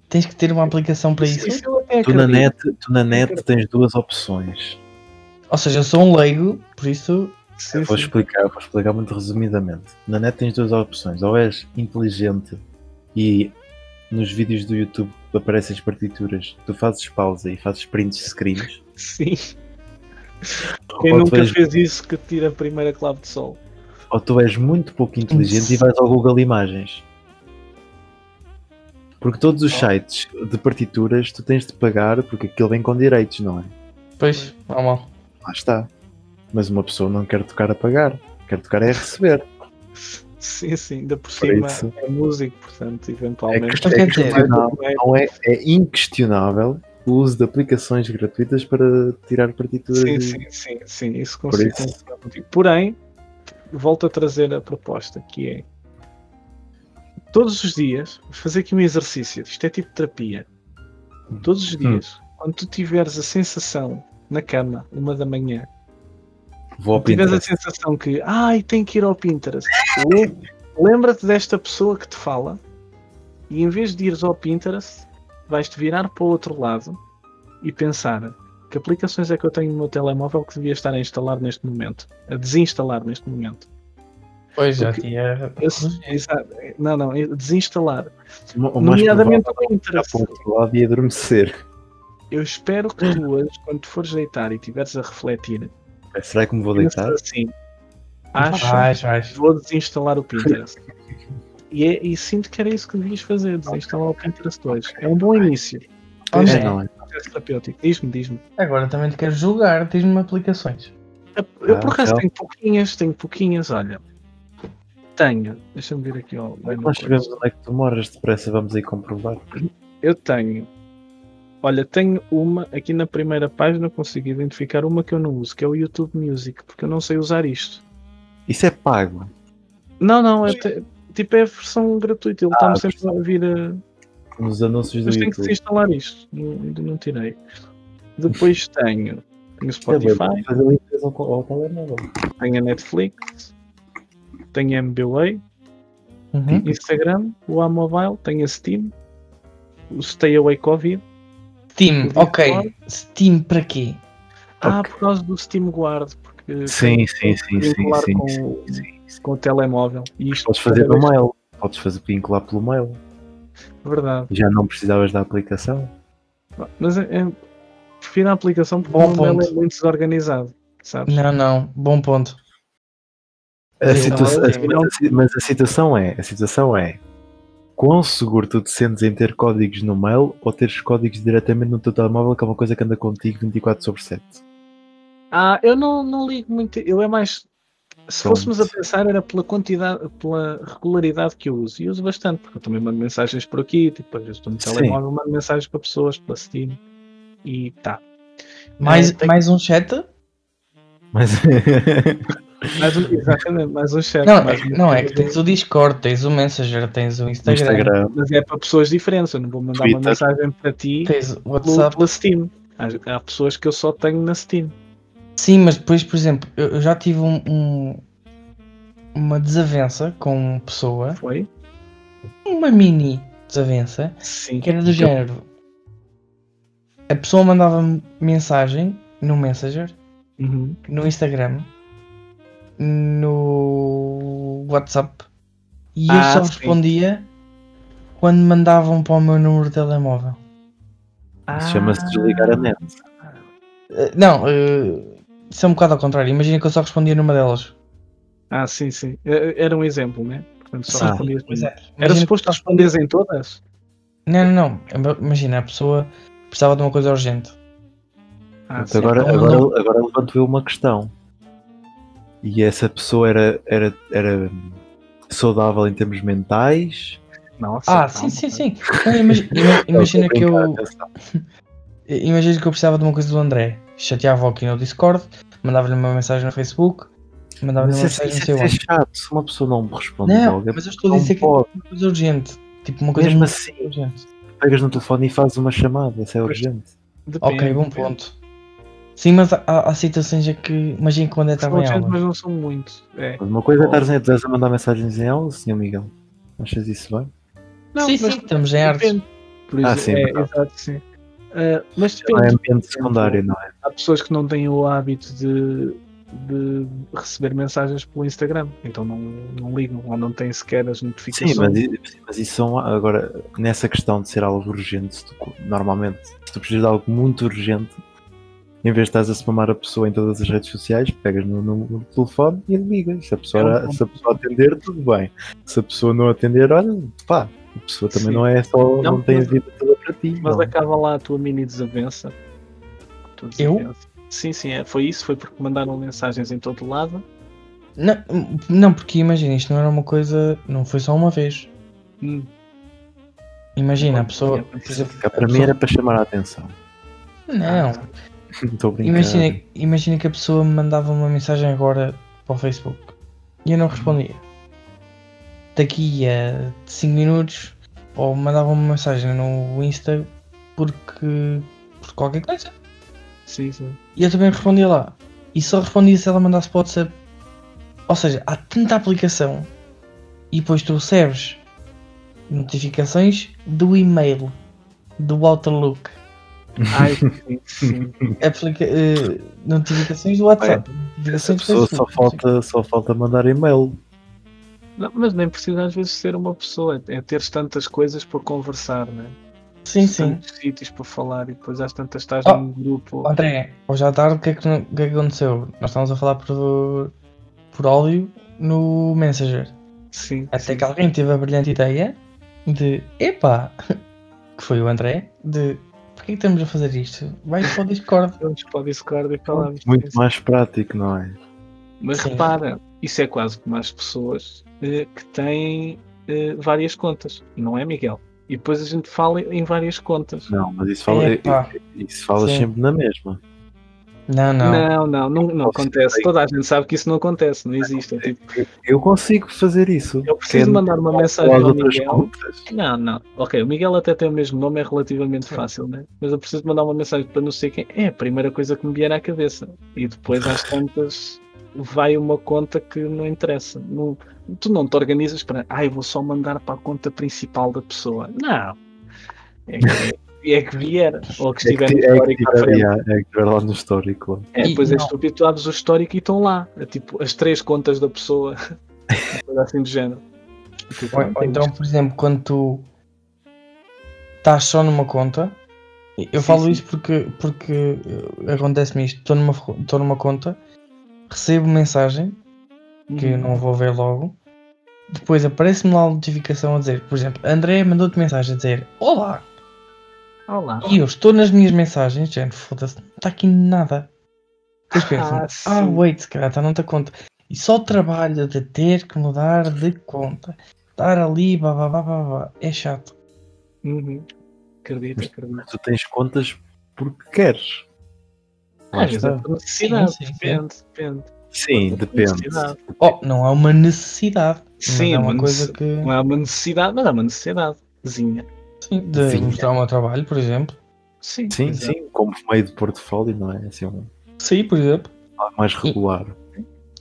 A: Tens que ter uma aplicação para isso?
B: eu até
C: Tu na,
B: acredito.
C: net, tu
B: É
C: na net tens duas opções.
A: Ou seja, eu sou um leigo, por isso.
B: Sim,
C: Eu vou
B: sim.
C: explicar, vou explicar muito resumidamente. Na net tens duas opções. Ou és inteligente e nos vídeos do YouTube aparecem as partituras, tu fazes pausa e fazes prints de screens.
B: Sim. Quem
C: ou, tu
B: nunca
C: és,
B: fez isso que tira a primeira clave de sol?
C: ou tu és muito pouco inteligente e vais ao Google Imagens. Porque todos os sites de partituras tu tens de pagar porque aquilo vem com direitos, não é?
A: Pois, normal.
C: Lá está. Mas uma pessoa não quer tocar a pagar, quer tocar é a receber.
B: Sim, sim. Ainda por
C: Para
B: cima
C: isso.
B: é músico, portanto,
C: É,
B: eventualmente.
C: que- é
A: Quer dizer,
C: questionável.
B: Não é-
C: Não é, é inquestionável o uso de aplicações gratuitas para tirar partituras.
B: Sim,
C: e-
B: sim, sim, sim, isso
C: Por
B: consigo
C: isso.
B: concordar contigo. Porém, volto a trazer a proposta, que é todos os dias fazer aqui um exercício, isto é tipo terapia. Todos
C: Hum.
B: os dias, quando tu tiveres a sensação na cama, uma da manhã,
C: Vou ao
B: tiveres a
C: Pinterest.
B: sensação que ai tenho que ir ao Pinterest, lem- lembra-te desta pessoa que te fala e em vez de ires ao Pinterest, vais-te virar para o outro lado e pensar que aplicações é que eu tenho no meu telemóvel que devia estar a instalar neste momento, a desinstalar neste momento.
A: Pois já
B: Porque-
A: tinha.
B: Esse- essa- não, não, é desinstalar.
C: Uhum. O mais
B: assim, Nomeadamente
C: provável
B: o
C: é ir
B: Pinterest.
C: para o outro lado e adormecer.
B: Eu espero que tu hoje, quando te fores deitar e estiveres a refletir,
C: Será que me vou
B: penses
C: deitar?
B: assim, acho
A: Vais, vais.
B: vou desinstalar o Pinterest. [laughs] e, é- e sinto que era isso que devias fazer, desinstalar o Pinterest hoje. É um bom início.
A: Olha,
B: Este
C: É, não é?
B: processo terapêutico. Diz-me, diz-me.
A: Agora também te quero julgar, diz-me aplicações.
B: Eu por
C: Ah,
B: acaso
C: então.
B: tenho pouquinhas, tenho pouquinhas, olha. Tenho, deixa-me ver aqui. Ó,
C: Como é que nós sabemos onde é que tu moras depressa? Vamos aí comprovar.
B: Eu tenho. Olha, tenho uma aqui na primeira página, consigo identificar uma que eu não uso, que é o YouTube Music, porque eu não sei usar isto.
C: Isso é pago.
B: Não, não, é te- tipo é a versão gratuita,
C: Ah,
B: ele está-me sempre a vir a.
C: Nos anúncios do
B: Mas tem que se
C: YouTube.
B: instalar isto, não- ainda não tirei.
C: [laughs]
B: Depois tenho. Tenho o
C: Isto é bem,
B: Spotify,
C: fazer limpeza ao, ao telemóvel.
B: tenho a Netflix, tenho a MBWay,
C: Hum?
A: Uhum.
B: Instagram, o Amobile, tenho a Steam, o Stay Away Covid.
A: Steam,
B: Podia
A: ok. Steam para quê?
B: Ah,
C: Ok.
B: por causa do Steam Guard, porque
C: Sim, sim, sim, sim,
B: vincular
C: sim,
B: com-
C: sim, sim, sim.
B: com o telemóvel. E isto
C: Podes fazer
B: cada
C: pelo
B: vez- é
C: mail. Podes fazer vincular pelo mail.
B: Verdade.
C: Já não precisavas da aplicação.
B: Mas é, é, prefiro a aplicação porque
A: Bom
B: o meu mail
A: ponto.
B: é muito desorganizado. Sabes?
A: Não, não, bom ponto.
C: A
A: Sim,
C: situação-
A: não,
C: a-
A: sim.
C: mas, a,
B: assim-
C: si- mas a situação é, a situação é, quão seguro tu te sentes em ter códigos no mail ou teres códigos diretamente no teu telemóvel, que é uma coisa que anda contigo 24 sobre 7?
B: Ah, eu não, não ligo muito. Eu é mais. Se
C: Pronto.
B: fôssemos a pensar, era pela quantidade, pela regularidade que eu uso. E uso bastante, porque eu também mando mensagens por aqui, tipo, às vezes estou no
C: Sim.
B: telemóvel, mando mensagens para pessoas, pela Steam. E tá.
A: Mais,
B: Eh, tenho-
A: mais um chat?
C: Mas [laughs]
B: mais um, exatamente, mais um chat.
A: Não,
B: mais
A: é,
B: um-
A: não, é que tens o Discord, tens o Messenger, tens o
C: no
A: Instagram,
C: Instagram,
B: Mas é para pessoas diferentes. Eu não vou mandar uma
C: Twitter.
B: mensagem para ti
A: tens o
B: pelo-
A: WhatsApp.
B: pela Steam. Há, há pessoas que eu só tenho na Steam.
A: Sim, mas depois, por exemplo, eu eu já tive um- um- uma desavença com uma pessoa,
B: Foi?
A: uma mini desavença,
B: Sim.
A: que era do género. A pessoa mandava-me mensagem no Messenger,
B: Uhum.
A: no Instagram, no WhatsApp e eu
B: Ah,
A: só
B: sim.
A: respondia quando mandavam para o meu número de telemóvel.
C: isso
B: Ah,
C: chama-se desligar a net.
A: Eh, Não, eh, isso é um bocado ao contrário. Imagina que eu só respondia numa delas.
B: Ah, sim, sim. É- Era um exemplo, né? Portanto, só
C: Sim,
B: respondias.
A: é.
B: é. Era
A: Imagina
B: suposto
A: que só
B: responderes em todas?
A: Não, não, não. Imagina, a pessoa precisava de uma coisa urgente.
B: Ah,
C: Portanto, agora,
A: então
C: agora,
A: não.
C: agora levanto eu uma questão. E essa pessoa era, era, era saudável em termos mentais?
B: Nossa,
A: Ah, sim,
B: calma,
A: sim,
B: cara.
A: sim. Não,
C: [laughs]
A: imagi- ima- imagina que
C: Brincar,
A: eu.
C: atenção.
A: Imagina que eu precisava de uma coisa do André. Chateava-o aqui no Discord, mandava-lhe uma mensagem no Facebook, mandava-lhe
C: Mas
A: uma
C: isso, é-
A: mensagem no
C: isso
A: seu
C: é
A: onde.
C: chato. Se uma pessoa não me responde
A: Não,
C: logo, é
A: mas eu estou a
C: não
A: dizer que é
C: pode.
A: uma coisa urgente. Tipo, uma coisa
C: mesmo
A: muito
C: assim,
A: urgente.
C: pegas no telefone e fazes uma chamada, isso é urgente.
B: Depende,
A: Ok, bom
B: depende.
A: ponto. Sim, mas há, há- há situações em que. Imagina que o André
B: São
A: estava em
B: gente,
A: aula.
B: mas não são muitos. É.
C: Mas uma coisa é estares em estás a mandar mensagens em aula, senhor Miguel. Achas isso bem?
B: Não,
A: sim,
B: mas
A: sim, estamos em artes.
B: depende. Por isso,
C: Ah, sim,
B: é,
C: verdade.
B: exato, sim. Ah, mas
C: Não é
B: depende.
C: ambiente secundário, não é?
B: Há pessoas que não têm o hábito de, de receber mensagens pelo Instagram, então não, não ligam ou não têm sequer as notificações.
C: Sim, mas, i- mas isso são. Agora, nessa questão de ser algo urgente, se tu co- normalmente, se tu precisas de algo muito urgente, em vez de estás a spamar a pessoa em todas as redes sociais, pegas no, no- no telefone e ligas. Se a, pessoa,
B: É um bom
C: se a pessoa atender, tudo bem. Se a pessoa não atender, olha, pá, a pessoa também
B: Sim.
C: não é só. Não,
B: Não,
C: tem
B: mas-
C: a vida toda para ti.
B: Mas
C: não é?
B: acaba lá a tua mini desavença. A tua
A: Eu?
B: desavença. Sim, sim, é, foi isso. Foi porque mandaram mensagens em todo lado.
A: Não, hum, não, porque imagina, isto não era uma coisa. Não foi só uma vez.
B: Hum,
A: Imagina, a
B: Não,
A: pessoa.
B: não, não,
A: por exemplo, a
C: Cá é, para mim
A: pessoa-
C: era para chamar
B: [laughs]
C: a atenção.
A: Não,
C: Estou brincando.
A: imagina, imagina que a pessoa me mandava uma mensagem agora para o Facebook e eu não respondia. Daqui a 5 minutos, ou mandava uma mensagem no Insta porque. por qualquer coisa.
B: sim, sim.
A: E eu também respondia lá. E só respondia se ela mandasse para o WhatsApp. Ou seja, há tanta aplicação e depois tu recebes notificações do e-mail, do Outlook,
B: Ai, sim, sim.
A: aplica- eh, notificações do WhatsApp,
C: Essa
A: notificações do
C: pessoa só
A: Facebook.
C: falta, só falta mandar e-mail.
B: Não, mas nem precisa às vezes ser uma pessoa, é é teres tantas coisas para conversar, né?
A: Sim, sim.
B: Tantos sítios para falar e depois às tantas estás
A: Oh.
B: num grupo.
A: André, hoje à tarde o que, é que, o que é que aconteceu? Nós estávamos a falar por, por áudio no Messenger.
B: Sim.
A: Até que [laughs] alguém teve a brilhante ideia de, epá, que foi o André, de Porquê que estamos a fazer isto? Vai para o Discord.
B: Vamos para o Discord e falamos.
C: Muito
B: disso.
C: mais prático, não é?
B: Mas
A: Sim.
B: repara, isso é quase como as pessoas eh, que têm eh, várias contas, não é, Miguel? E depois a gente fala em várias contas.
C: Não, mas isso fala,
A: Epá.
C: isso fala
A: Sim.
C: sempre na mesma.
A: Não, não.
B: Não, não, não, não acontece. Toda a gente sabe que isso não acontece, não existe. É tipo,
C: Eu consigo fazer isso.
B: eu preciso
C: Quer-
B: mandar uma mensagem
C: Ou as
B: ao
C: outras
B: Miguel.
C: contas.
B: Não, não. Ok, o Miguel até tem o mesmo nome, é relativamente fácil, né? Mas eu preciso mandar uma mensagem para não sei quem. É a primeira coisa que me vier à cabeça. E depois,
C: [laughs]
B: às tantas, vai uma conta que não interessa. Não- tu não te organizas para. Ah, eu vou só mandar para a conta principal da pessoa. Não. É que, é que vier. Ou que
C: É que
B: estiver no
C: ti- é que
B: histórico à
C: tiver
B: frente.
C: yeah, é que tiver lá no histórico. lá.
B: É,
A: E-
B: pois é
A: não.
B: estúpido, tu abres o histórico e estão lá. É, tipo, as três contas da
C: [laughs]
B: pessoa. Uma coisa assim do género. Tipo,
A: Ou, ou então, por exemplo, quando tu estás só numa conta, eu
B: Sim,
A: falo
B: sim.
A: isso porque, porque eh, acontece-me isto, estou numa, fo- estou numa conta, recebo mensagem, que
B: Uhum.
A: eu não vou ver logo, depois aparece-me lá a notificação a dizer, por exemplo, André mandou-te mensagem a dizer Olá!
B: Olá.
A: E eu estou nas minhas mensagens, gente, foda-se, não está aqui nada. Depois pensam,
B: Ah,
A: ah,
B: sim.
A: wait, se calhar está noutra conta. E só o trabalho de ter que mudar de conta. Estar ali, blá blá blá blá blá, é chato.
B: Uhum. Acredito, acredito.
C: Mas tu tens contas porque queres. Lá
B: Às vezes é
C: está.
B: por necessidade,
A: Sim, sim, sim.
B: depende, depende.
C: Sim, depende.
B: Necessidade.
A: Oh, não há uma necessidade.
B: Sim,
A: mas é uma
B: mas
A: coisa
B: nece-
A: que.
B: Não há uma necessidade, mas há uma necessidadezinha.
A: Sim, de
C: Sim.
A: mostrar o meu trabalho, por exemplo.
B: Sim, é.
C: Sim,
B: exato.
C: sim, como meio de portfólio, não é? Assim, um-
A: Sim, por exemplo.
C: algo mais regular.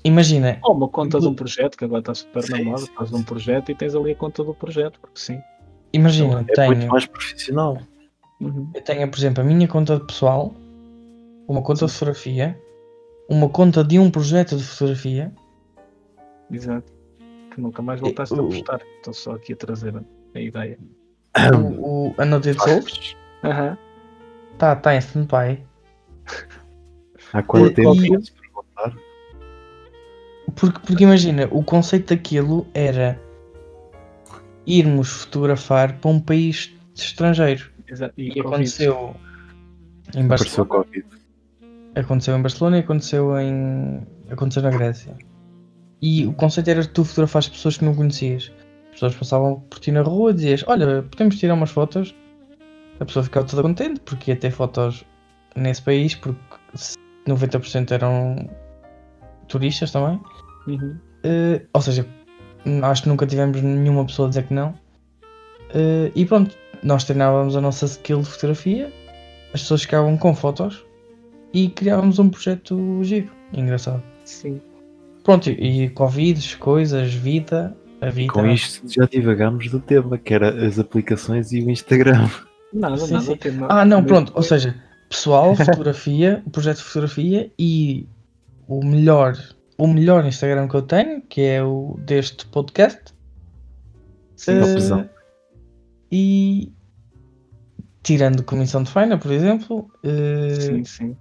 A: Imagina,
B: Ou uma conta de um projeto, que agora está super na
C: Uhum. Sim,
B: moda,
C: sim,
B: faz um
C: sim.
B: projeto e tens ali a conta do projeto, porque sim.
A: imagina,
C: É muito
A: tenho,
C: mais profissional.
B: Uhum.
A: eu tenho, por exemplo, a minha conta de pessoal, uma conta de fotografia, uma conta de um projeto de fotografia.
B: Exato. Que nunca mais voltaste a
A: o-
B: postar. Estou só aqui a trazer a, a ideia. Então,
C: [coughs]
A: O, o, a Noite de Souls
B: Aham.
A: está tá em stand-by.
C: Há um quanto
A: E-
C: tempo
A: e-
C: posso perguntar?
A: Porque, porque imagina, o conceito daquilo era irmos fotografar para um país estrangeiro.
B: Exato.
A: E
B: Covid.
A: aconteceu em Barcelona.
C: Apareceu Covid.
A: Aconteceu em Barcelona e aconteceu em. aconteceu na Grécia. E o conceito era tu fotografares pessoas que não conhecias. As pessoas passavam por ti na rua e dizias, olha, podemos tirar umas fotos. A pessoa ficava toda contente porque ia ter fotos nesse país porque 90% eram turistas também.
B: Uhum.
A: Eh, ou seja, acho que nunca tivemos nenhuma pessoa a dizer que não. Eh, e pronto, nós treinávamos a nossa skill de fotografia, as pessoas ficavam com fotos e criávamos um projeto giro, engraçado.
B: Sim.
A: Pronto, e, e Covid, coisas, vida, a vida.
C: Com isto já divagamos do tema, que era as aplicações e o Instagram.
B: Nada,
A: Sim,
B: nada.
A: sim.
B: tema-
A: Ah, não,
B: também-
A: pronto, ou seja, pessoal, fotografia, o projeto de fotografia e o melhor, o melhor Instagram que eu tenho, que é o deste podcast,
B: Sim,
A: Eh,
C: Só prisão.
A: E tirando comissão de feina, por exemplo, eh,
B: sim, sim.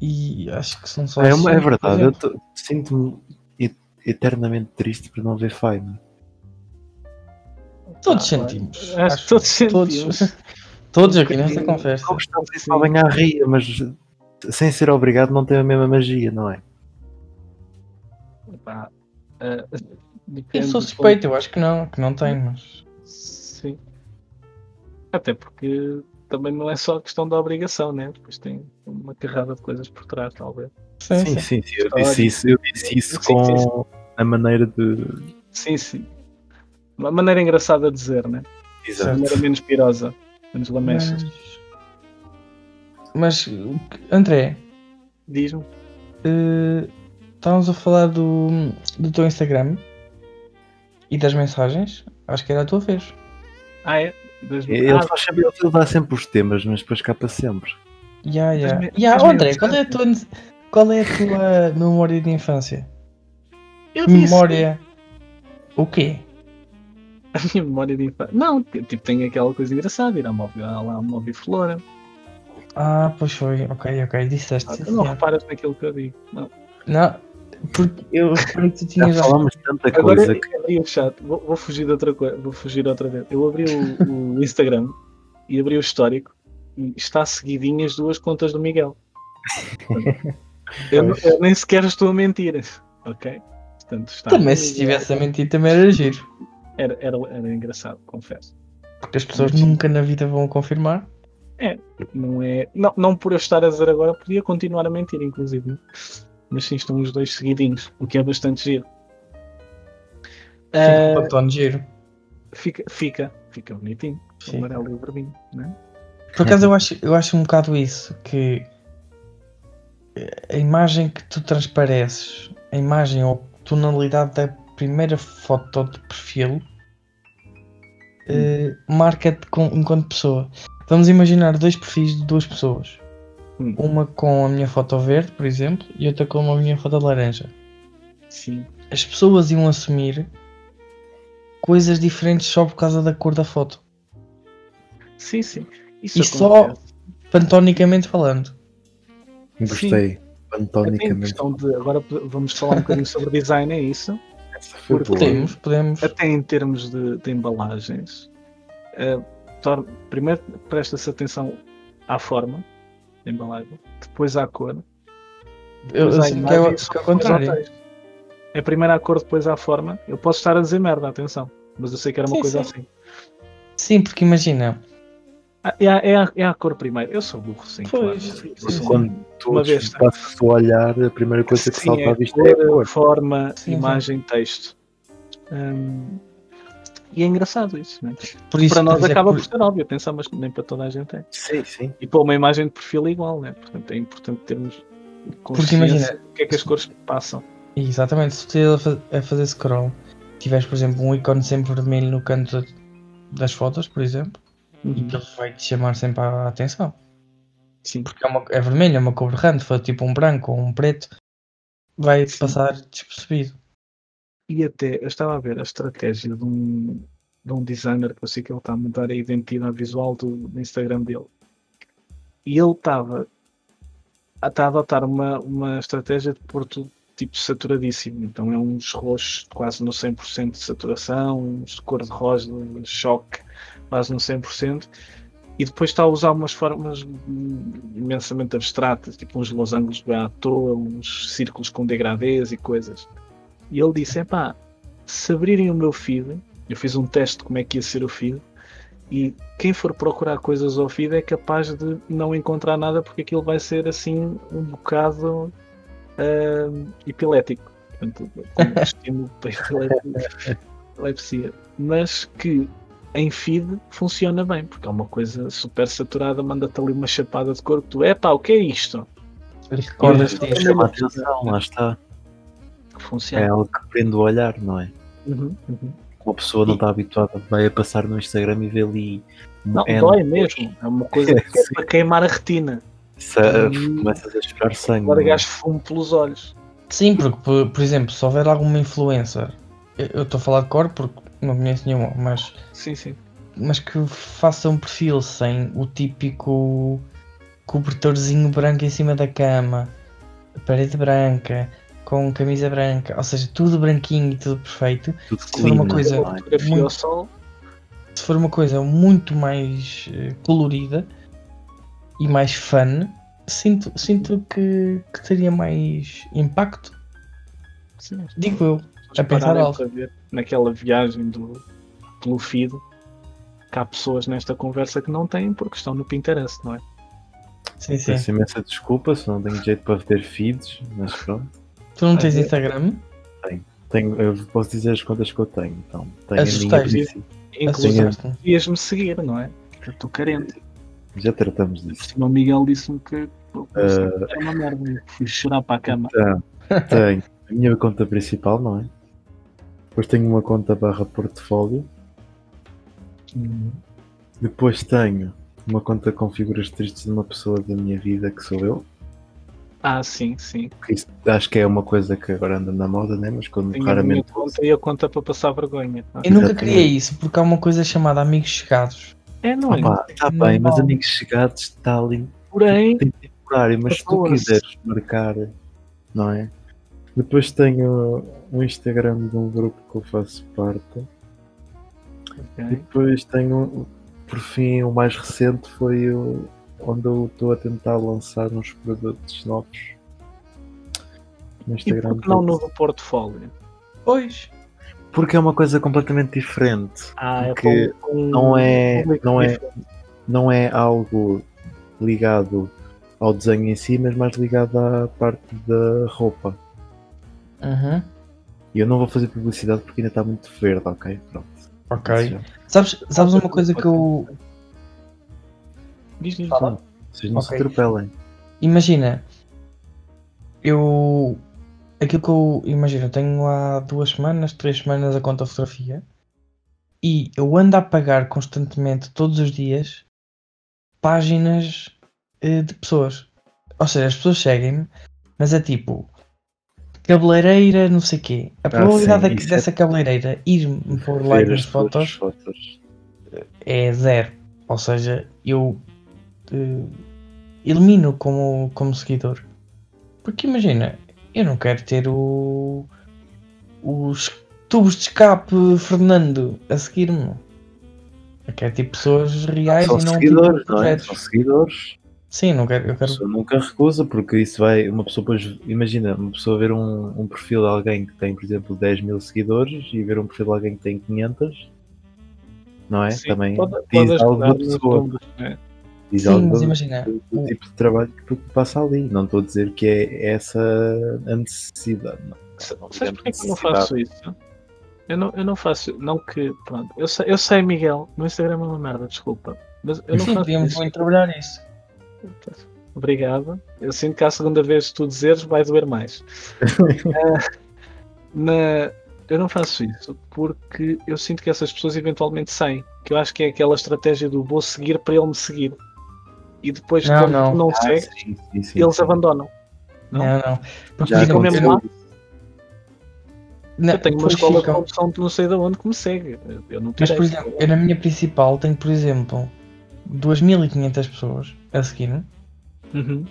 A: e acho que são só
C: É,
A: esses
C: uma- é
A: cinco, por
C: verdade, eu
A: exemplo.
C: tô- sinto-me et- eternamente triste por não é? ver Fine.
A: Todos
B: Ah,
A: sentimos.
B: Acho que todos sentimos.
A: Todos, todos aqui nesta
B: Sim.
A: conversa.
C: Não gostava de só banhar ria, mas sem ser obrigado não tem a mesma magia, não é?
B: Pá, eh, [laughs]
A: Eu
B: depende
A: sou
B: do
A: suspeito, eu acho que não, que não tenho, mas.
B: ponto- Sim. Até porque também não é só a questão da obrigação, né? Depois tem uma carrada de coisas por trás, talvez.
A: Sim, sim.
C: sim, sim, eu
B: Olha,
C: disse isso, eu disse isso
B: eu sei que
C: com a maneira de.
B: Sim, sim. Uma maneira engraçada de dizer, né? Uma
C: Exato.
B: maneira menos pirosa, menos lamechas.
A: Mas, o que- André,
B: Diz-me.
A: eh, estávamos a falar do, do teu Instagram e das mensagens. Acho que era a tua vez.
B: Ah, é? Das...
C: Ele
B: ah,
C: faz sempre, ele dá sempre os temas, mas depois capa sempre.
A: Ya, ya.
B: me-
A: Ya,
B: das
A: oh, André, qual é, a
B: mensagens.
A: tua, qual é a tua memória de infância?
B: eu disse. [laughs]
A: Memória. O quê?
B: A minha memória de infância. Não, que, tipo, tem aquela coisa engraçada, ir à móvel, lá à móvel flora.
A: Ah, pois foi. Ok, ok, disseste.
B: Ah,
A: sim,
B: tu não
A: senhor.
B: reparas naquilo que eu digo. Não.
A: Não, porque eu reparei
B: Tá
A: que tu
C: Já
A: tinhas já.
C: falámos tanta
B: Agora é
C: coisa que.
B: abri o chat, vou,
A: [laughs]
B: vou fugir de outra coisa, vou fugir outra vez. Eu abri o, o Instagram e abri o histórico e está seguidinha as duas contas do Miguel. eu, não- eu nem sequer estou a mentir. Ok? Portanto, está
A: Também Então, se estivesse a mentir também era giro.
B: Era, era, era engraçado, confesso.
A: Porque as pessoas nunca na vida vão confirmar.
B: Não, é, não, não por eu estar a dizer agora, podia continuar a mentir, inclusive. né? Mas sim, estão os dois seguidinhos, o que é bastante giro.
A: Fica
B: Ah,
A: um pantone giro.
B: fica, fica, fica bonitinho.
A: Fica.
B: O amarelo e o vermelho, né?
A: Por acaso eu acho, eu acho um bocado isso, que a imagem que tu transpareces, a imagem ou tonalidade da primeira foto de perfil eh, marca-te com- enquanto pessoa. Vamos imaginar dois perfis de duas pessoas.
B: Hum.
A: Uma com a minha foto verde, por exemplo, e outra com a minha foto de laranja.
B: Sim.
A: As pessoas iam assumir coisas diferentes só por causa da cor da foto.
B: Sim, sim.
A: E só- Pantonicamente falando.
B: Até
C: Gostei.
B: em
C: Pantonicamente.
B: questão de. Agora p- vamos falar um bocadinho sobre design, é isso?
C: Essa foi
B: porque
C: boa.
B: tem-
A: Podemos, podemos.
B: Até em termos de, de embalagens. eh, tor- primeiro presta-se atenção à forma da embalagem, depois à cor.
A: Eu,
B: depois
A: eu
B: à
A: sinto que
B: imagem
A: é, o-
B: e só
A: que é o
B: depois ao
A: contrário.
B: texto. É primeiro à cor, depois à forma. Eu posso estar a dizer merda, atenção. Mas eu sei que era uma
A: Sim,
B: coisa
A: sim.
B: assim.
A: Sim, porque imagina,
B: Ah, É a, é, a, é a cor primeiro. Eu sou burro, sim.
A: Pois,
B: claro.
A: sim,
B: Sim, sim.
C: Quando tu
B: Uma vez, tá?
C: passas a olhar, a primeira coisa que
B: Sim,
C: salta
B: é
C: à vista é a cor.
B: forma,
A: Sim,
B: imagem, texto. Hum, e é engraçado isso, né?
A: por isso
B: Para nós
A: depois é
B: acaba
A: que-
B: por ser óbvio, pensar, mas nem para toda a gente é.
C: Sim, sim.
B: E para uma imagem de perfil é igual, né? Portanto, é importante termos consciência
A: imagina-
B: do que é que as cores passam.
A: Exatamente, se tu estiveres a fa- a fazer scroll, tiveres, por exemplo, um ícone sempre vermelho no canto da- das fotos, por exemplo,
B: Uhum.
A: aquilo vai te chamar sempre a atenção.
B: Sim,
A: Porque é, uma, é vermelho, é uma cor berrante, foi tipo um branco ou um preto, vai
B: Sim.
A: passar despercebido.
B: e até eu estava a ver a estratégia de um, de um designer que eu sei que ele está a mudar a identidade visual do, do Instagram dele. E ele estava a, está a adotar uma, uma estratégia de pôr tudo tipo saturadíssimo. Então é uns roxos quase no 100% de saturação, uns de cor de rosa, um choque quase no 100%. E depois está a usar umas formas hum, imensamente abstratas, tipo uns losangos bem à toa, uns círculos com degradês e coisas. E ele disse: Epá, se abrirem o meu feed, eu fiz um teste de como é que ia ser o feed, e quem for procurar coisas ao feed é capaz de não encontrar nada porque aquilo vai ser assim um bocado ahm, epilético. Portanto, com estímulo para epilepsia- epilepsia. Mas que em feed funciona bem, porque é uma coisa super saturada, manda-te ali uma chapada de cor que tu, epá, o que é isto?
A: Recordas
B: Sim.
A: disso.
C: Chama a atenção, lá está.
B: Que
C: É
B: funciona.
C: algo que prende o olhar, não é?
B: Uhum, uhum.
C: Uma pessoa não está habituada, vai a passar no Instagram e vê ali.
B: Não,
C: é,
B: dói mesmo. É uma
C: [laughs]
B: coisa que é
C: Sim.
B: para queimar a retina.
C: Se, ah, começas a chorar sangue. não é?
B: Largaste fumo pelos olhos.
A: Sim, porque, por, por exemplo, se houver alguma influencer, eu- eu estou a falar de cor porque não conheço nenhuma, mas
B: Sim, sim.
A: mas que faça um perfil sem o típico cobertorzinho branco em cima da cama, parede branca, com camisa branca, ou seja, tudo branquinho e tudo perfeito.
C: Tudo
A: for uma
C: clean,
A: coisa-
C: não é?
B: Fotografia
A: muito-
B: ao sol.
A: Se for uma coisa muito mais eh, colorida e mais fun, sinto, sinto que, que teria mais impacto,
B: Sim, as
A: digo eu.
B: pessoas
A: a pensar
B: pararem
A: alto.
B: para ver naquela viagem do, pelo feed, que há pessoas nesta conversa que não têm porque estão no Pinterest, não é?
A: Ah, Sim, sim.
C: Peço imensa desculpa se não tenho jeito para ter feeds, mas pronto.
A: Tu não tens
B: Ah, é.
A: Instagram?
C: Tenho, eu posso dizer as contas que eu tenho, então. Tenho a minha
A: Assustaste.
C: princípio.
B: Inclusive,
A: Assustaste-me.
B: devias-me seguir, não é? Eu estou carente.
C: Já tratamos disso.
B: O Miguel disse-me que pô,
C: Ah.
B: era uma merda. e Fui chorar para a cama.
A: [laughs]
C: Então, tenho a minha conta principal, não é? Depois tenho uma conta barra portfólio.
A: Hum.
C: Depois tenho uma conta com figuras tristes de uma pessoa da minha vida, que sou eu.
B: Ah, sim, sim.
C: Que isso acho que é uma coisa que agora anda na moda, né? Mas quando
B: Tenho a minha
C: raramente.
B: conta e a conta para passar vergonha.
A: Eu nunca
C: Exatamente.
A: criei isso porque há uma coisa chamada amigos chegados.
B: É, não é?
C: Opa, está
A: Não
C: bem, mas
A: vale.
C: amigos chegados está ali
B: Porém,
C: tem temporário, mas se tu
B: Pessoas.
C: quiseres marcar, não é? Depois tenho o Instagram de um grupo que eu faço parte.
B: Ok.
A: É.
C: Depois tenho, por fim, o mais recente foi o, onde eu estou a tentar lançar uns produtos novos no
B: E
C: Instagram.
B: por que não no portfólio?
A: Pois.
C: Porque é uma coisa completamente diferente.
B: Ah,
C: Porque
B: para um- um
C: não é-
B: público
C: não é-
B: diferente.
C: Não é algo ligado ao desenho em si, mas mais ligado à parte da roupa.
A: Aham.
C: E eu não vou fazer publicidade porque ainda está muito verde, ok? Pronto. Isso já.
A: Sabes, sabes uma coisa que eu.
B: Diz, diz.
A: Fala.
C: Vocês não
A: Tá Ok.
C: se atropelem.
A: Imagina. Eu. Aquilo que eu. Imagina, eu tenho há duas semanas, três semanas a conta de fotografia. E eu ando a pagar constantemente, todos os dias, páginas eh, de pessoas. Ou seja, as pessoas seguem-me, mas é tipo. Cabeleireira, não sei quê. A probabilidade
C: sim,
A: da-
C: isso é-
A: dessa cabeleireira ir-me pôr like
C: Ver
A: nas
C: as suas
A: fotos
C: fotos.
A: é zero. Ou seja, eu eh, elimino como, como seguidor. Porque imagina, eu não quero ter o, os tubos de escape Fernando a seguir-me. Eu quero ter pessoas reais
C: São
A: e não
C: seguidores,
A: tipo,
C: não é?
A: projetos.
C: São seguidores.
A: Sim, não quero, eu
C: A
A: quero.
C: pessoa nunca recusa, porque isso vai. Uma pessoa, depois, imagina, uma pessoa ver um, um perfil de alguém que tem, por exemplo, 10 mil seguidores e ver um perfil de alguém que tem 500, não é?
B: Sim,
C: Também
B: pode- pode
C: diz algo
B: ajudar
C: da
B: nos
C: pessoa,
B: números, né?
C: diz
A: Sim,
C: algo
A: mas
C: do,
A: imagina,
C: do
A: o-
C: tipo de trabalho que tu passa ali. Não estou a dizer que é essa a necessidade. Não.
B: Sa-
C: Não
B: Sabes
C: digamos
B: porquê que eu não
C: necessidade.
B: faço isso? Eu não, eu não faço, não que, pronto, eu sei, eu sei, Miguel, no Instagram é uma merda, desculpa, mas eu não
A: Sim,
B: faço
A: podíamos
B: isso.
A: bem trabalhar isso.
B: Obrigado. Eu sinto que à segunda vez que tu dizeres vai doer
C: [laughs]
B: mais. Eh, na- Eu não faço isso porque eu sinto que essas pessoas eventualmente saem. Que eu acho que é aquela estratégia do vou seguir para ele me seguir. E depois,
A: Não,
B: quando
A: não.
B: tu não
C: Ah,
B: segues,
C: sim, sim, sim,
B: é? eles
C: sim.
B: abandonam. Não?
A: Não, não. Porque
C: Já
A: ficam-
B: mesmo lá.
C: aconteceu.
A: não,
B: Eu tenho uma
A: pois
B: escola de
A: ficam.
B: condução de não sei de onde que me segue. Eu não
A: Mas,
B: tirei.
A: por exemplo, eu na minha principal tenho, por exemplo, 2.500 pessoas a seguir-me
B: Uhum.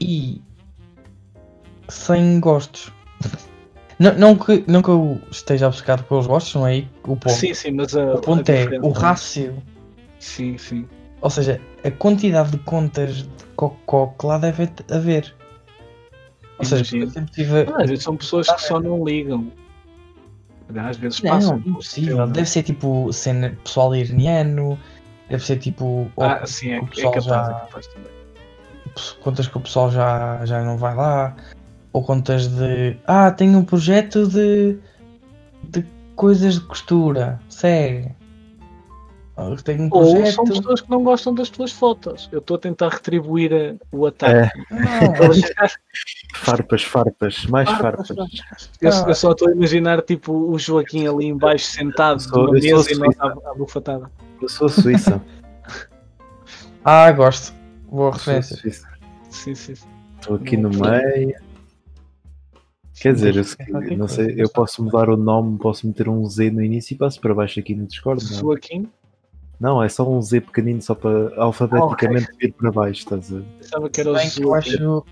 A: e 100 gostos. Não, não, que, não que eu esteja obcecado pelos gostos, não é aí o ponto.
B: Sim, sim, mas a,
A: o ponto
B: a
A: é
B: diferença-
A: o rácio,
B: Sim, sim.
A: ou seja, a quantidade de contas de cocó que lá deve haver. Ou seja, porque eu
B: Imagino.
A: sempre tive.
B: Ah, Às vezes são pessoas que só não ligam. Às vezes
A: é. Não,
B: passam. um
A: impossível.
B: é?
A: Deve ser tipo cena pessoal iraniano, deve ser tipo.
B: Ah, sim, é,
A: o
B: é
A: pessoal
B: capaz,
A: já-
B: é capaz também.
A: contas que o pessoal já, já não vai lá, ou contas de ah, tenho um projeto de, de coisas de costura, sério. Ou Tenho um
B: Ou é, são
A: projeto.
B: pessoas que não gostam das tuas fotos. Eu estou a tentar retribuir eh, o ataque.
A: Não,
C: É.
A: [laughs]
C: Farpas, farpas, mais
B: Farpas,
C: farpas.
B: Eu,
A: Ah.
B: eu só estou a imaginar tipo o Joaquim ali embaixo sentado
C: Eu sou-
B: numa
C: eu sou
B: mesa e nós
C: suíça.
B: à, à bufatada.
C: Eu sou suíça.
A: ah, gosto. Boa
C: Eu sou
A: referência.
C: suíça.
B: Sim, sim, sim.
C: Estou aqui no meio. Quer dizer, eu, se-
A: Qualquer
C: não sei,
A: coisa,
C: eu posso mudar o nome, posso meter um Z no início e passo para baixo aqui no Discord. Não,
B: Joaquim,
C: Não, é só um Z pequenino, só para alfabeticamente vir para baixo, estás a ver?
B: pensava que
A: Se
B: era o
A: bem que eu
B: Joaquim.
A: acho.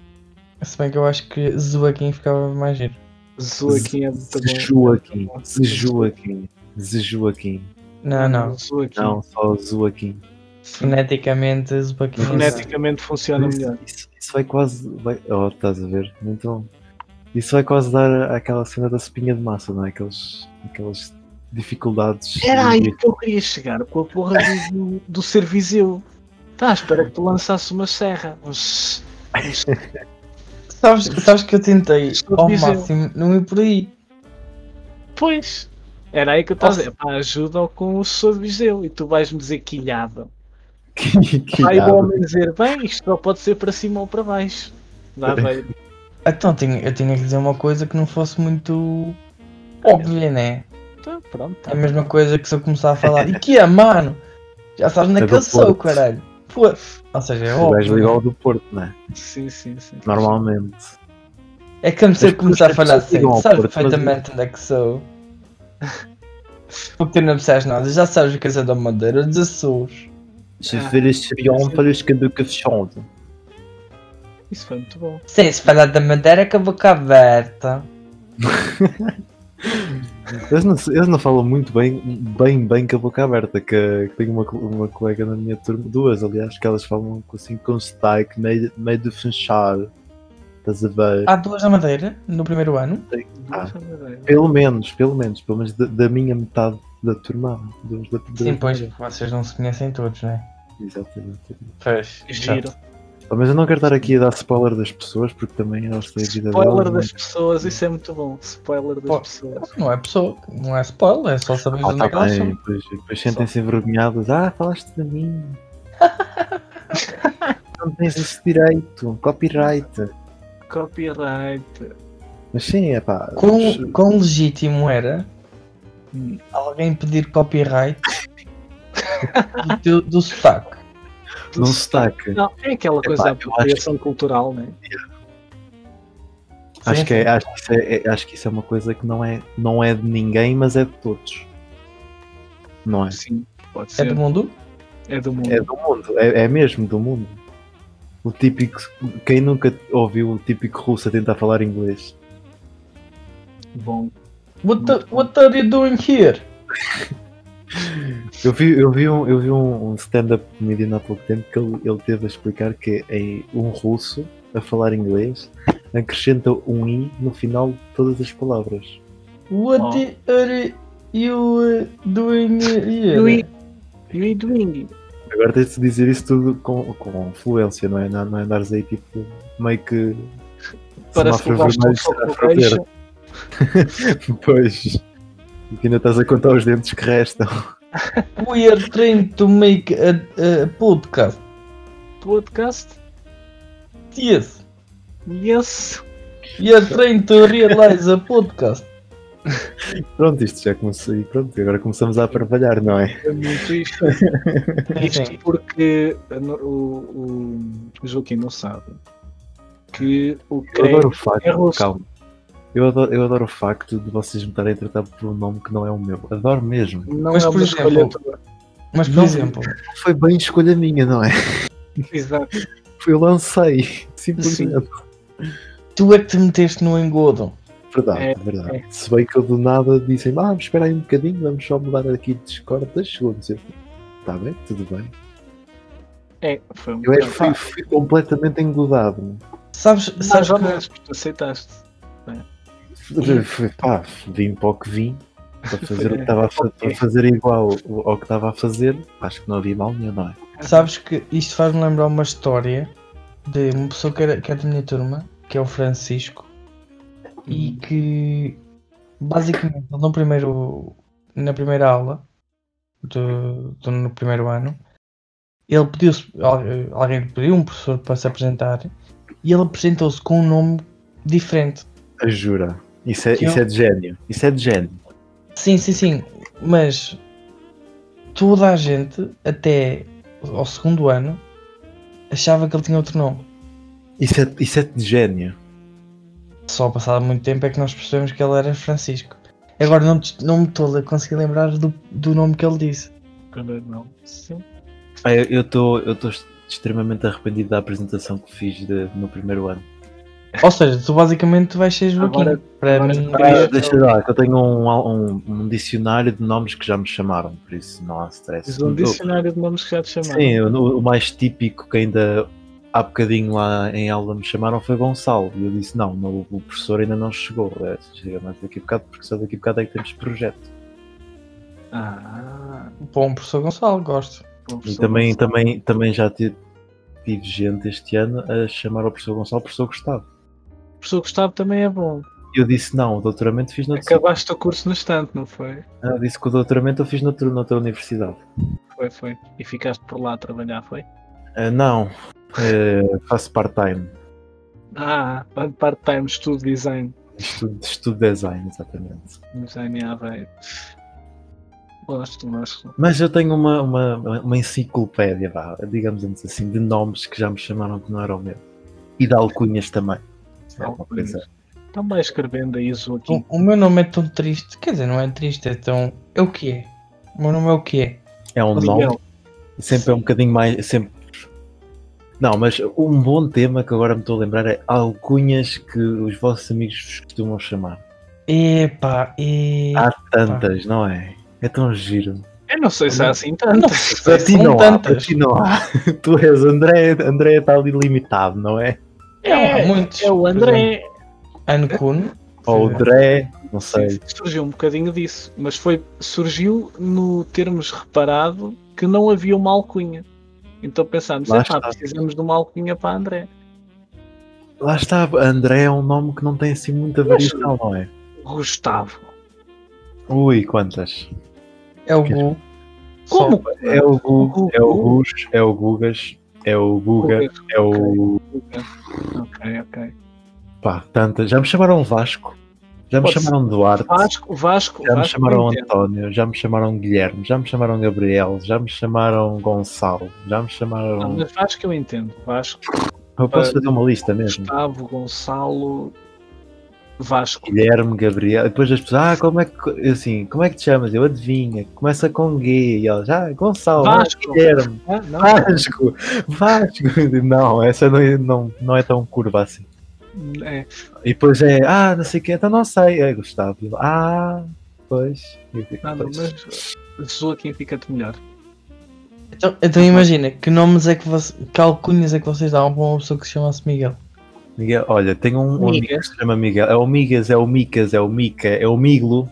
A: Se bem que eu acho que Zuaquim ficava mais giro.
B: Joaquim é muito bom.
C: Zejuaquim. Zejuaquim. Zejuaquim.
B: Hum,
A: Não, não.
B: Joaquim.
C: Não, só Zuaquim.
A: Foneticamente, Zuaquim.
B: Foneticamente funciona melhor.
C: Isso, isso vai quase. Vai... Oh, estás a ver? Então. Isso vai quase dar aquela cena da espinha de massa, não é? Aqueles, aquelas dificuldades.
B: Era aí que eu queria chegar com a porra do, do, do Serviseu. Tá, espera que tu lançasse uma serra. Um s- um s-
A: Sabes, sabes que eu tentei
B: Estou a
A: ao
B: dizer.
A: máximo não ir por aí.
B: Pois, era aí que eu estava a
A: Posso-
B: dizer. Pá, ajuda-o com o Sobiseu. E tu vais-me dizer quilhada.
C: [laughs] que, que
B: Aí o
C: nada.
B: homem dizer, bem, isto só pode ser para cima ou para baixo. Lá vai.
A: Então tinha- eu tinha que dizer uma coisa que não fosse muito óbvia, né?
B: Tá, pronto, tá.
A: É a mesma coisa que se eu começar a falar e que é, mano? Já sabes onde é que
C: É do
A: eu sou,
C: Porto.
A: caralho. Pô. Ou seja, é
C: O gajo
A: óbvio.
C: liga
A: né?
C: ao do Porto, não é?
B: Sim, sim, sim.
C: Normalmente.
A: É que se
C: As
A: eu começar a
C: pessoas
A: falar assim,
C: ligam ao
A: sabes
C: Porto, mas-
A: perfeitamente onde é que sou. [laughs] Porque tu não percebes nada, já sabes o que eu sou da Madeira, dos Açores.
C: Je
B: Ah.
C: vais le chirion para os caduca fechando.
B: Isso foi muito bom.
A: Sim, se falar da Madeira com a boca aberta.
C: Eles não, eles não falam muito bem, bem, bem com a boca aberta, que, que tenho uma, co- uma colega na minha turma, duas aliás, que elas falam com- assim com sotaque meio, meio de fechar. Estás a ver?
A: Há duas na Madeira, no primeiro ano.
C: Ah.
B: Duas na Madeira.
C: Pelo menos, pelo menos, pelo menos da, da minha metade da turma. dos- da, da,
A: Sim, pois, vocês não se conhecem todos, não é?
C: Exatamente.
A: Pois.
C: É
B: Giro.
C: Ah, Mas eu não quero estar aqui a dar spoiler das pessoas, porque também elas têm é a vida
B: Spoiler das
C: delas,
B: pessoas, isso é muito bom. Spoiler das
A: Pô.
B: pessoas.
A: Não é pessoa, não é spoiler, é só saber
C: Ah,
A: onde é que
C: tá
A: elas
C: bem,
A: são.
C: depois, depois sentem-se envergonhados. Ah, falaste
A: [laughs]
C: de mim. Não tens esse direito, um copyright.
B: Copyright.
C: Mas sim, é pá.
A: Quão, quão legítimo era alguém pedir copyright do, teu, do sotaque?
C: Não se destaca.
B: Não, é aquela coisa da apropriação cultural, né?
C: Acho
A: Sim,
C: que, é,
A: sim.
C: acho, que isso é, é- acho que isso é uma coisa que não é, não é de ninguém, mas é de todos. Não é?
B: Sim, pode
A: É do
B: ser.
A: mundo?
B: É do mundo.
C: É do mundo, é, é mesmo do mundo. O típico. Quem nunca ouviu o típico russo a tentar falar inglês?
B: Bom.
A: What, the, what are you doing here?
C: Eu vi, eu vi um, eu vi um, um stand-up comedian há pouco tempo que ele, ele teve a explicar que é um russo a falar inglês acrescenta um i no final de todas as palavras.
A: What are you uh, doing here?
B: Doing. You eat wing.
C: Agora tens de dizer isso tudo com, com fluência, não é? Não, não é andares aí tipo meio que.
B: Parece que
C: semáforo
B: levaste um
C: vermelho,
B: soco no
C: semáforo verde.
B: queixo.
C: [laughs] Pois. E que ainda estás a contar os dentes que restam.
A: We are trying to make a, a podcast.
B: Podcast.
A: Yes.
B: Yes.
A: We are trying to realize a podcast.
C: Pronto, isto já começou. E pronto, agora começamos a aparvalhar, não é?
B: É muito
A: [laughs]
B: isto. Isto
A: Sim.
B: porque eh, no- o, o Joaquim não sabe que o
C: Eu adoro
B: creio
C: o facto.
B: é russo.
C: calma. Eu adoro, eu adoro o facto de vocês me estarem a tratar por um nome que não é o meu. Adoro mesmo.
B: não
A: Mas,
B: é
A: por
B: uma
A: exemplo,
B: escolha tua.
A: Mas, por
C: Não.
A: exemplo,
C: Foi bem escolha minha, não é?
B: Exato.
C: Eu lancei. Simplesmente.
A: tu é que te meteste no engodo.
C: Verdade,
B: É,
C: verdade. Se bem que eu do nada dizem, ah, mas espera aí um bocadinho, vamos só mudar aqui de Discord, dois segundos. Está Tá bem, tudo bem.
B: É, foi um
C: Eu é,
B: bocado.
C: fui, fui completamente engodado.
A: Sabes,
B: Sabes,
A: sabes
B: já
A: que...
B: mas tu aceitaste.
C: Fui- [laughs] Pá, vim para o que vim. Para fazer o que estava a, fa-
B: Ok.
C: para fazer igual ao ao que estava a fazer, acho que não havia mal nenhum, não é?
A: Sabes que isto faz-me lembrar uma história de uma pessoa que, era, que é da minha turma, que é o Francisco, e que basicamente ele no primeiro, na primeira aula do, do- no primeiro ano, ele pediu alguém lhe pediu um professor para se apresentar e ele apresentou-se com um nome diferente.
C: A jura. Isso é,
A: Que
C: isso
A: eu-
C: é de gênio. Isso é de gênio.
A: Sim, sim, sim, mas toda a gente até ao segundo ano achava que ele tinha outro nome.
C: Isso é, isso é de gênio.
A: Só passado muito tempo é que nós percebemos que ele era Francisco. Agora não, te- não me estou a conseguir lembrar do, do nome que ele disse.
B: Quando é não. Sim.
C: Ah, eu estou eu tô extremamente arrependido da apresentação que fiz de- no primeiro ano.
A: Ou seja, tu basicamente vais ser Joaquim.
B: Agora-
A: para
B: agora
A: mim,
B: Ah,
C: Ah,
B: eu-
C: deixa lá, que eu tenho um, um- um dicionário de nomes que já me chamaram, por isso não há stress.
B: Tens um dicionário de nomes que já te chamaram.
C: Sim, o, o mais típico que ainda há bocadinho lá em aula me chamaram foi Gonçalo. E eu disse: não, não, o professor ainda não chegou. É, chega mais daqui a bocado, porque só daqui a bocado é que temos projeto.
B: Ah,
A: Bom, um professor Gonçalo, gosto.
C: E
B: professor
C: também,
B: Gonçalo.
C: também, também já tive, tive gente este ano a chamar o professor Gonçalo professor Gustavo.
B: O professor Gustavo também é bom.
C: E eu disse: não, o doutoramento fiz noutro sítio.
B: Acabaste o curso no instante, não foi?
C: Eu disse que o doutoramento eu fiz noutro, noutra universidade.
B: Foi, foi. E ficaste por lá a trabalhar, foi?
C: Ah, não, eh, faço part-time.
B: Ah, part-time, estudo design.
C: Estudo, estudo design, exatamente.
B: Design é aveiro. Gosto, gosto.
C: Mas eu tenho uma, uma, uma enciclopédia, vá, digamos assim, de nomes que já me chamaram que não eram meu. E de alcunhas também. É uma coisa-
B: Estão bem escrevendo aí, Joaquim.
A: O, o meu nome é tão triste. Quer dizer, não é triste, é tão. É o que é. O meu nome é o que é.
C: É um nome,
B: Miguel,
C: sempre é um bocadinho mais. Sempre... Não, mas um bom tema que agora me estou a lembrar é alcunhas que os vossos amigos vos costumam chamar.
A: Epá, e...
B: Ah,
C: Há tantas, não é? É tão giro.
B: Eu não sei se há assim
A: Não
B: tantas.
A: sei,
C: Para ti
A: são
C: não é há, para
A: tantas.
C: ti não há. [laughs] Tu és André, André está ali limitado, não é?
A: Não, um há muitos.
B: É o André. É?
A: Ancun.
C: Ou o Dré, não sei.
B: Surgiu um bocadinho disso, mas foi, surgiu no termos reparado que não havia uma alcunha. Então pensámos,
C: Lá
B: "Epá,
C: está.
B: precisamos de uma alcunha para André.
C: Lá está, André é um nome que não tem assim muita
B: Mas-
C: variação, não é?
B: Gustavo.
C: Ui, quantas?
A: É o Gu.
B: Como?
C: É o Gu, é o Gus, é o Gugas, é o Guga, é o.
B: Ok, ok.
C: pá, tantas. Já me chamaram Vasco, já me
B: Pode ser.
C: chamaram Duarte,
B: Vasco, Vasco,
C: já me
B: Vasco
C: chamaram
B: entendo.
C: António, já me chamaram Guilherme, já me chamaram Gabriel, já me chamaram Gonçalo, já me
B: Não,
C: chamaram.
B: mas Vasco eu entendo. Vasco,
C: Eu posso fazer uma lista mesmo?
B: Gustavo, Gonçalo, Vasco.
C: Guilherme, Gabriel, e depois as pessoas, ah, como é que, assim, como é que te chamas? Eu adivinha, começa com G, e elas, ah, Gonçalo, ah,
B: Vasco.
C: Guilherme,
B: Ah, não,
C: Vasco, Vasco, [laughs] não, essa não, é- não, não é tão curva assim.
B: é.
C: E depois é, ah, não sei o que, então não sei, é Gustavo, E eu, ah, pois, E é eu fico,
B: Nada,
C: pois.
B: mas zoa quem fica-te melhor.
A: Então, então imagina, que nomes é que você. Que alcunhas é que vocês davam para uma pessoa que se chamasse Miguel?
C: Miguel, olha, tem um, um amigo que
B: Migas.
C: se chama Miguel, é o Migas, é o Micas, é o Mica, é o Miglo,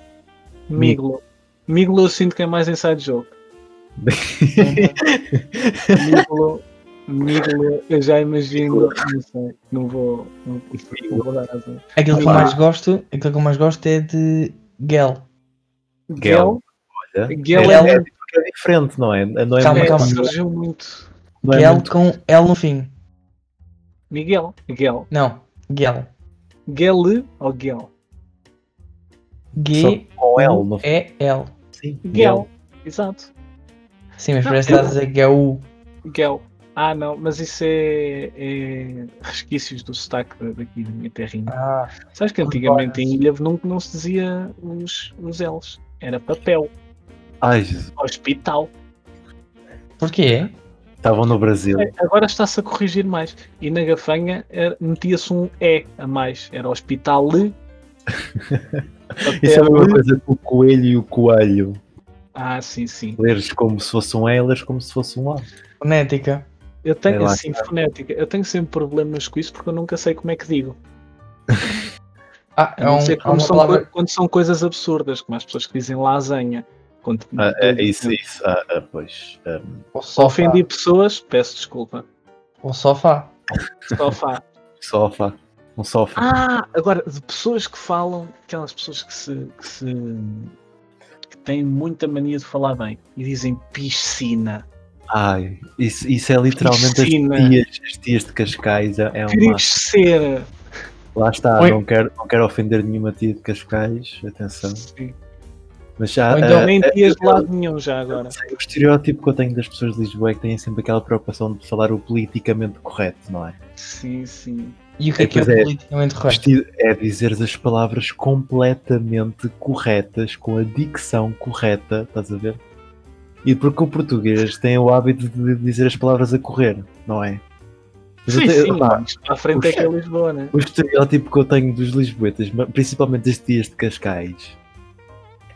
B: Miglo. Miglo eu sinto que é mais inside jogo.
C: [laughs]
B: Miglo, Miglo, eu já imagino, não sei, não vou, não, não vou dar razão.
A: Aquilo que eu
B: Olá.
A: mais gosto, aquilo que eu mais gosto é de Gel.
C: Gel, olha,
B: Gel
C: é,
A: é-
C: é, é diferente, não é? Não é,
A: Calma,
B: é,
C: muito-
A: calma.
B: surgiu muito.
C: não é
A: Gel
C: muito-
A: com L no fim.
B: Miguel, Gel,
A: Não, Gel.
B: Gel ou Gel?
A: G
C: com L, no fim,
A: E L. é
C: sim, Gel.
B: Gel, exato,
A: Sim, mas
B: Não,
A: parece que
B: eu-
A: estás a dizer Gel.
B: Gel. Ah não, mas isso é, é resquícios do sotaque da- daqui da minha terrinha.
A: Ah,
B: Sabes que antigamente em Ilha não, não se dizia os, os L's, era papel,
C: Ai, Jesus,
B: hospital.
A: porquê?
C: estavam no Brasil.
B: É, Agora está-se a corrigir mais. E na gafanha era- metia-se um E a mais. Era
C: [laughs]
B: hospital.
C: Isso é a mesma coisa que o coelho e o coelho.
B: Ah, sim, sim.
C: Leres como se fosse um E, leres como se fosse um A.
A: Fonética.
B: Eu
C: É
B: tenho
C: lá,
B: assim, fonética. Eu tenho sempre problemas com isso porque eu nunca sei como é que digo.
A: Ah,
B: A
A: é
B: não
A: um,
B: ser
A: é
B: quando
A: uma
B: são,
A: palavra.
B: co- quando são coisas absurdas, como as pessoas que dizem lasanha. Quando,
C: Ah, é isso, é isso. Ah, ah, pois. ah,
A: Ou
B: Se
A: sofá.
B: ofendi pessoas, peço desculpa.
A: Ou sofá.
C: [laughs]
B: Sofá.
C: sofá. Um sofá.
B: Ah, agora, de pessoas que falam, aquelas pessoas que se. que, se, que têm muita mania de falar bem e dizem piscina.
C: Ai, isso, isso é literalmente as
B: Piscina.
C: tias, as tias de Cascais. É é uma.
B: Crescer.
C: Lá está,
A: Oi.
C: não quero, não quero ofender nenhuma tia de Cascais, atenção.
B: Sim.
C: Mas já.
A: Ou
B: Então
C: ah,
B: nem
C: ah,
B: tias de
C: eu-
B: lado nenhum já agora.
C: sei, o estereótipo que eu tenho das pessoas de Lisboa é que têm sempre aquela preocupação de falar o politicamente correto, não é?
B: Sim, sim.
A: E o que é,
C: É,
A: que é,
C: pois é.
A: politicamente correto?
C: Vestido é dizeres as palavras completamente corretas, com a dicção correta, estás a ver? E porque o português tem o hábito de dizer as palavras a correr, não é? Mas eu
B: Sim,
C: tenho-
B: sim.
C: pá,
B: Isto para a frente é que é Lisboa, né?
C: o estereótipo que eu tenho dos Lisboetas, ma- principalmente as tias de Cascais,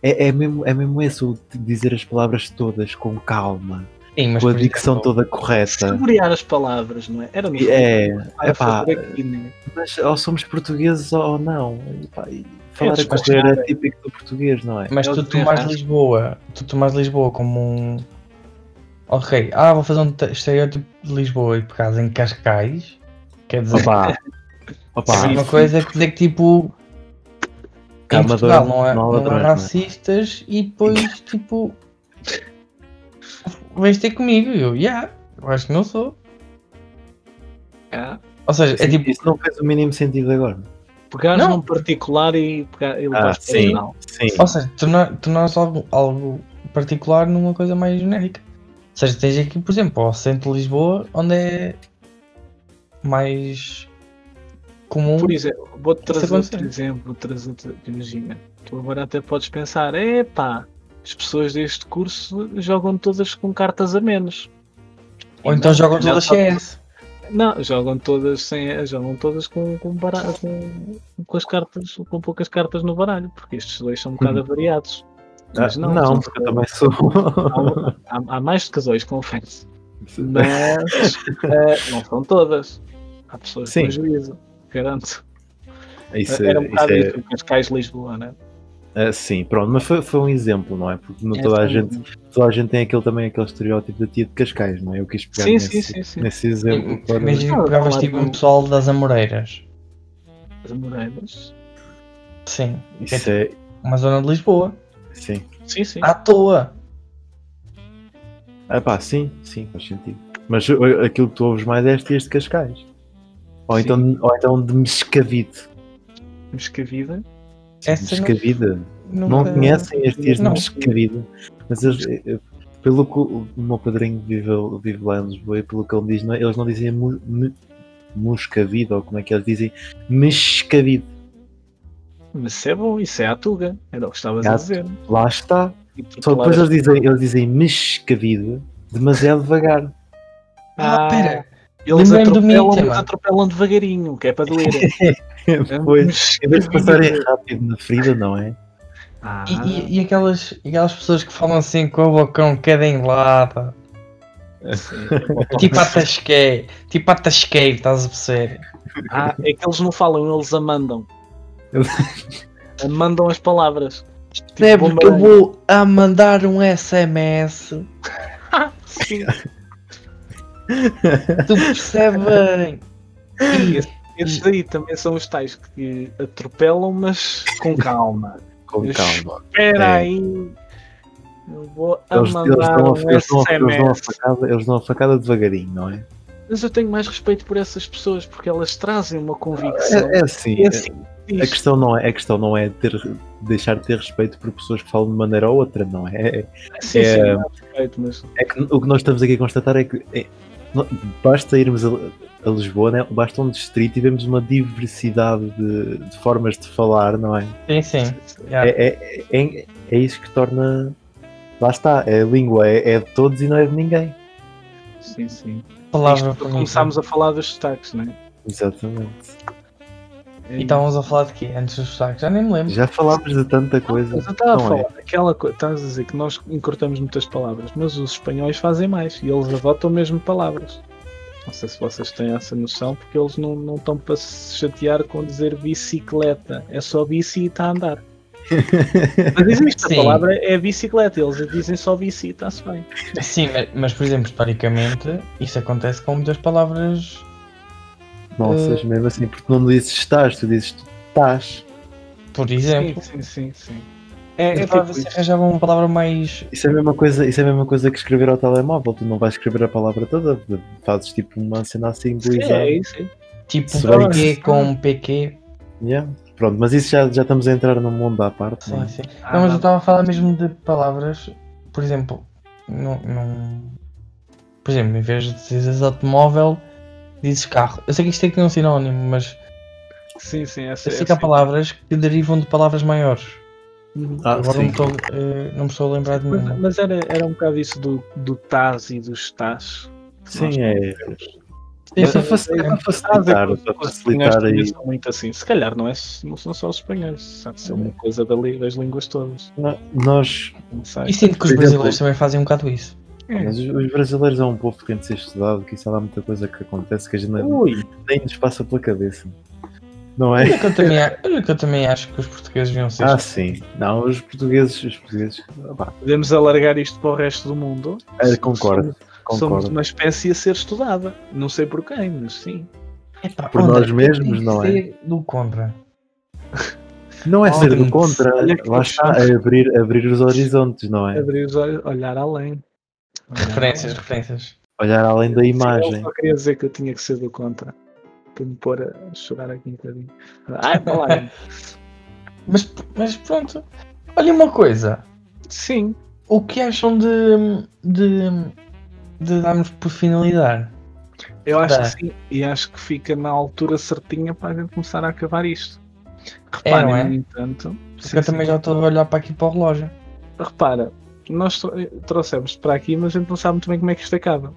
C: é, é mesmo, é mesmo esse, o de dizer as palavras todas com calma,
A: Sim, mas
C: com a
A: por
C: dicção
A: exemplo,
C: toda correta.
B: Saborear as palavras, não é? Era no
C: E É,
B: para
C: epá,
B: fazer aqui, né?
C: mas ou somos portugueses ou não. E, pá, e falar a
B: desculpa.
C: correr é típico do português, não é?
A: Mas tu
B: Eles
A: tomas
B: erram.
A: Lisboa, tu tomas Lisboa como um. Ok, ah, vou fazer um te- estereótipo de Lisboa e por causa em Cascais. Quer dizer,
C: Opa, opa,
A: a mesma coisa é que dizer que tipo. Em
C: Calma,
A: Portugal
C: dois,
A: não é,
C: não
A: não
C: há
A: há
C: ladrões, não é?
A: racistas e depois tipo. Vens ter comigo, e eu, yeah, eu acho que não sou.
B: Ah,
A: Ou seja, é tipo,
C: isso não fez o mínimo sentido agora.
B: Pegares
A: Não.
B: num particular e, pegar, e levares para o final.
C: Ah, sim.
A: Ou seja, tornar, tornar-se algo, algo particular numa coisa mais genérica. Ou seja, tens aqui, por exemplo, ao centro de Lisboa, onde é mais comum.
B: Por exemplo, vou-te trazer
A: acontece.
B: outro exemplo. vou-te Trazer outro, imagina, tu agora até podes pensar: epá, as pessoas deste curso jogam todas com cartas a menos.
A: ou então jogam
B: Já
A: todas
B: sabe-
A: CS.
B: Não, jogam todas sem, jogam todas com, com, bara- com, com as cartas, com poucas cartas no baralho, porque estes dois são um bocado avariados. Mas
C: Hum. Ah,
B: não, um
C: não,
B: são-
C: porque eu também sou.
B: Há, há- há mais de casais, confesso. Mas eh, não são todas. Há pessoas
C: Sim.
B: com juízo, garanto.
C: [laughs] Isso, é-
B: Era um bocado
C: isso
B: isso, o Cascais Lisboa, né?
C: é, ah, sim, pronto, mas foi, foi um exemplo, não é? Porque não toda, a
B: Essa-
C: gente, toda a gente tem aquele, também aquele estereótipo da tia de Cascais, não é? Eu quis pegar
B: Sim,
C: nesse,
B: sim, sim, sim.
C: nesse exemplo. para-
A: Imagina
B: Ah,
A: que pegavas
B: claro,
A: tipo
B: não.
A: um pessoal das Amoreiras.
B: As Amoreiras.
A: Sim. que é
C: Isso é,
A: Uma zona de Lisboa.
C: sim.
B: Sim, sim.
A: À toa.
C: Ah, pá, sim, sim, faz sentido. Mas uh, aquilo que tu ouves mais é este, este de Cascais. Ou
B: Sim.
C: então, ou então de Mescavide.
B: Mescavida.
A: Essa não-
C: Mescavida. Não
A: nunca-
C: conhecem este dias de
A: Não.
C: Mescavida. Mas eles, eh, pelo que o o meu padrinho vive, vive lá em Lisboa e pelo que ele me diz, não- é? eles não dizem mu, me- Moscavide, ou como é que eles dizem? Mescavide.
B: Mas isso é bom, isso é a Tuga. Era o que estavas a
C: Gato.
B: dizer.
C: Lá está.
B: E tu
C: Ah, Só que depois
B: falavas-
C: eles dizem, eles dizem Mescavide demasiado devagar.
A: Ah, pera.
B: Eles
A: Lembrei-me do Mitchell,
B: atropelam,
A: mano.
B: atropelam devagarinho, que é para
C: [laughs]
B: doer.
C: depois, É, em vez de passarem rápido na ferida, não é?
B: Ah,
A: E, e- e aquelas, e aquelas pessoas que falam assim com o bocão cadenlada.
B: sim, eu vou
A: Tipo
B: tomar.
A: a tasquei. Tipo a tasquei, estás a perceber?
B: Ah, é que eles não falam, eles amandam. Amandam as palavras. Tipo,
A: é porque eu
B: bombardeio.
A: vou a mandar um SMS.
B: Sim,
A: Tu percebes
B: [laughs]
A: bem.
B: [coughs]
A: E-
B: esses daí também são os tais que atropelam, mas com calma.
C: Com
B: Ux,
C: calma.
B: Espera
C: É.
B: aí. Eu vou
C: Eles, eles,
B: amandar
C: dão a,
B: um
C: eles, dão a, eles, dão a
B: SMS.
C: facada, eles dão a facada devagarinho, não é?
B: Mas eu tenho mais respeito por essas pessoas porque elas trazem uma convicção.
C: É, é assim.
A: É
C: É
A: assim.
C: A
B: Isto-
C: questão não é, a questão não é ter, deixar de ter respeito por pessoas que falam de maneira ou outra, não é? É,
B: sim,
C: é-
B: sim, dá respeito, mas
C: é que o que nós estamos aqui a constatar é que é, não- basta irmos a, a Lisboa, né? basta um distrito e vemos uma diversidade de, de formas de falar, não é?
A: Sim, sim.
C: É,
A: Yeah.
C: é, é, é isso que torna. Lá está, é a língua, é, é de todos e não é de ninguém.
B: sim, sim.
A: Palavra
B: Isto,
A: bonita.
B: começámos a falar dos destaques, não é?
C: Exatamente.
A: E estávamos a falar de quê? Antes dos sacos? Já nem me
B: [laughs]
A: lembro.
C: Já falámos de tanta coisa.
B: Mas eu estava a
C: não é?
B: falar, aquela coisa, estás a dizer que nós encurtamos muitas palavras, mas os espanhóis fazem mais e eles adotam mesmo palavras. Não sei se vocês têm essa noção, porque eles não, não estão para se chatear com dizer bicicleta. É só bici e está a [laughs] andar. Mas existe,
A: Sim.
B: a palavra é bicicleta, eles dizem só bici e está-se bem.
A: Sim, mas, mas, por exemplo, historicamente, isso acontece com muitas palavras.
C: Nossa, mesmo assim, porque não dizes estás, tu dizes tu estás.
A: Por exemplo,
B: Sim, sim, sim. sim. É, é
A: é,
B: tipo
A: se
B: isso.
A: arranjava uma palavra mais.
C: Isso é, a mesma coisa, isso é a mesma coisa que escrever ao telemóvel. Tu não vais escrever a palavra toda, fazes tipo uma cena assim
B: Sim,
C: simbolizada.
B: é isso. é.
A: Tipo
C: Se bem
A: PQ
B: que-
A: com PQ.
C: Yeah. Pronto, mas isso já, já estamos a entrar num mundo à parte. não
A: Sim,
C: é?
A: sim.
B: Ah,
A: Não, mas eu
B: dá-
A: estava a falar mesmo de palavras, por exemplo, não, não... por exemplo, em vez de dizes automóvel, dizes carro. Eu sei que isto tem que ter um sinónimo, mas
B: Sim, sim, essa
A: eu sei
B: é
A: assim que há palavras que derivam de palavras maiores.
C: Ah,
A: Agora não,
C: sim.
A: me estou, eh, não me estou a lembrar de
B: Mas,
A: nenhuma.
B: mas era, era um bocado isso do, do Taz e dos Tás.
C: Sim, é.
A: Sim,
C: Para
A: sim.
C: faci- para
B: Ah,
C: facilitar,
B: mas
C: para
B: os espanhóis
C: facilitar
B: também
C: aí.
B: são muito assim. Se calhar não, é, não são só os espanhóis, sabe? São
C: É.
B: uma coisa dali das línguas todas.
C: No- Nós,
B: Não sei.
A: E sinto que
C: por
A: os
C: exemplo-
A: brasileiros também fazem um bocado isso.
B: É.
C: mas os- os brasileiros é um povo que tem de ser estudado, que isso há lá muita coisa que acontece que a gente nem-
B: Ui,
C: nem nos passa pela cabeça. Não é?
A: Olha que eu também, a- olha que eu também acho que os portugueses deviam ser.
C: Ah, sim. Não, os portugueses, os portugueses. opá,
B: podemos alargar isto para o resto do mundo.
C: é, concordo,
B: Somos, somos
C: concordo.
B: uma espécie a ser estudada. Não sei por quem, mas sim.
A: Epá,
C: por
A: André,
C: nós mesmos,
A: tem
C: não
A: que
C: é?
A: ser do contra.
C: Não é
A: Oh,
C: ser do
A: Deus.
C: contra,
B: Olha que
C: lá está, é abrir, abrir os horizontes, não é?
B: Abrir os olhos, olhar além. Olhar
A: Referências,
B: além.
A: referências.
C: Olhar além da
B: Sim, é
C: imagem.
B: Eu só queria dizer que eu tinha que ser do contra. Para me pôr a chorar aqui um bocadinho. Ai, vá lá. é.
C: [laughs]
A: Mas, mas pronto. Olha uma coisa.
B: Sim.
A: O que acham de, de, de darmos por finalizar?
B: Eu acho
A: Tá.
B: que sim, e acho que fica na altura certinha para a gente começar a acabar isto.
A: É,
B: Reparem,
A: não é?
B: no entanto,
A: Porque
B: sim,
A: eu também
B: sim.
A: já estou a olhar para aqui para o relógio.
B: repara, nós tro- trouxemos para aqui, mas a gente não sabe muito bem como é que isto acaba.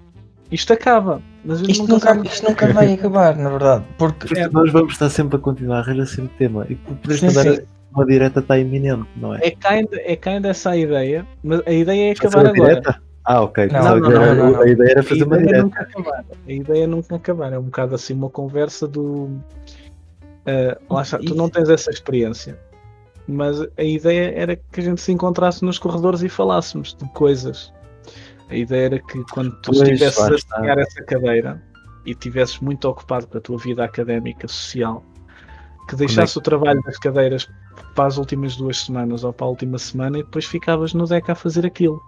B: Isto acaba. Mas eu
A: Isto
B: nunca
A: nunca,
B: sabe- é
A: isto nunca vai acabar, na verdade. Porque é-
C: Porque nós vamos estar sempre a continuar, arranjar sempre tema. E por
A: Sim,
C: isso agora
A: sim.
C: uma direta está iminente, não é?
B: É kind, é kind essa a ideia, mas a ideia é
C: Fazer
B: acabar
C: uma
B: agora.
C: direta? Ah, ok.
A: Não,
C: Pensava
B: não,
C: que era-
A: não, não, não.
C: A ideia era
B: A
C: fazer uma
B: ideia,
C: direta.
B: nunca acabar. a ideia nunca acabar. É um bocado assim uma conversa do. ah, lá está, tu não tens essa experiência. Mas a ideia era que a gente se encontrasse nos corredores e falássemos de coisas. A ideia era que quando tu
C: Pois,
B: estivesses
C: lá
B: a
C: está.
B: desenhar essa cadeira e estivesses muito ocupado com a tua vida académica, social, que
C: é
B: deixasse o trabalho das cadeiras para as últimas duas semanas ou para a última semana e depois ficavas no DECA a fazer aquilo.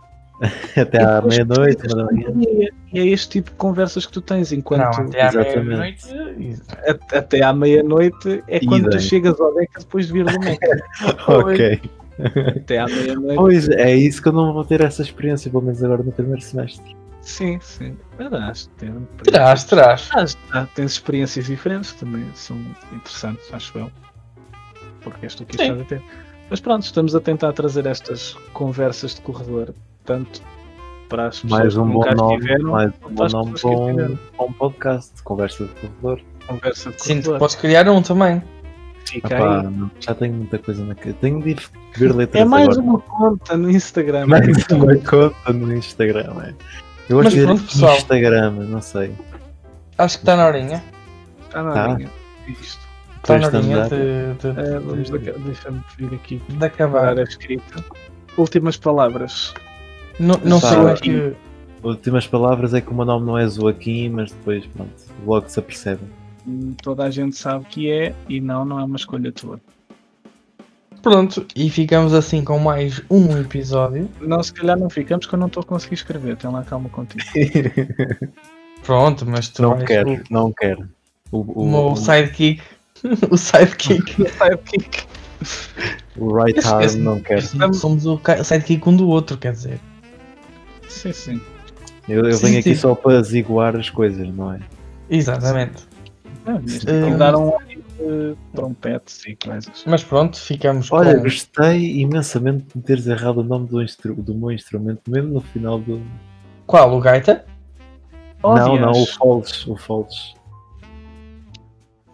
C: Até
B: E
C: à
B: depois
C: meia-noite,
B: precisas
C: uma da
B: de
C: manhã.
B: companhia. E é este tipo de conversas que tu tens enquanto
A: não, até à
C: exatamente.
A: meia-noite. isso.
B: a- até à meia-noite é
C: E
B: quando tu
C: bem.
B: chegas ao DECA depois de vir do
C: [laughs]
B: Meca.
C: Ok.
B: até à meia-noite.
C: Pois é, isso que eu não vou ter essa experiência, pelo menos agora no primeiro semestre.
B: Sim, sim. Terás, ter-
A: Terás, terás.
B: Terás, tá. Tens experiências diferentes também, são interessantes, acho eu. Porque és tu que as
A: Sim.
B: estás a ter. Mas pronto, estamos a tentar trazer estas conversas de corredor, tanto para as pessoas
C: Mais
B: que
C: um bom
B: nunca as
C: nome,
B: tiveram,
C: mais um bom
B: Acho que
C: nome
B: tu
C: para um-
B: esqueceste.
C: para um podcast, conversa de corredor.
B: conversa de
A: Sim, tu
B: corredor.
A: podes criar um também.
B: Fica
C: Epá,
B: aí.
C: não, já tenho muita coisa na cabeça. Tenho de ver letras
B: É mais um
C: agora.
B: uma conta no Instagram. Então,
C: [laughs] mais uma conta no Instagram. É. Eu
A: Mas
C: acho que era
A: pronto, pessoal.
C: Instagram, não sei.
A: Acho que está na horinha.
B: Está na
C: Tá.
B: linha. Isto.
A: Está na
C: Pois, estamos
A: horinha
C: a-
A: de, de,
B: Ah, vamos
A: de-
B: aca- deixa-me vir aqui
A: de acabar.
B: parar a escrita. Últimas palavras.
A: Não, não sei
C: Sabe.
A: é que.
C: Últimas palavras é que o meu nome não é Joaquim, mas depois, pronto, logo se apercebem.
B: Hum, Toda a gente sabe que é e não, não é uma escolha tua.
A: Pronto, e ficamos assim com mais um episódio.
B: Não, se calhar não ficamos que eu não estou a conseguir escrever. Tem lá calma
C: [laughs]
B: contigo.
A: Pronto, mas tu
C: [laughs] não
A: vais-
C: quero,
A: o-
C: não quero. O,
A: O,
C: o,
A: meu sidekick. [laughs] o sidekick.
B: é Sidekick.
C: o right
A: Esse-
C: arm
A: esse-
C: não quero.
A: Somos- Somos o ca- sidekick um do outro, quer dizer.
B: Sim, sim.
C: Eu, eu
A: sim,
C: venho aqui
A: sim.
C: só para aziguar as coisas, não é?
A: Exatamente.
B: Ah, mas
C: Hum.
B: tem que dar um áudio de trompetes e coisas.
A: Mas pronto, ficamos
C: Olha,
A: com.
C: gostei imensamente de me teres errado o nome do, instru do meu instrumento, mesmo no final do.
A: Qual? O Gaita?
C: não,
B: Odias.
C: não, o Falls, o Falls.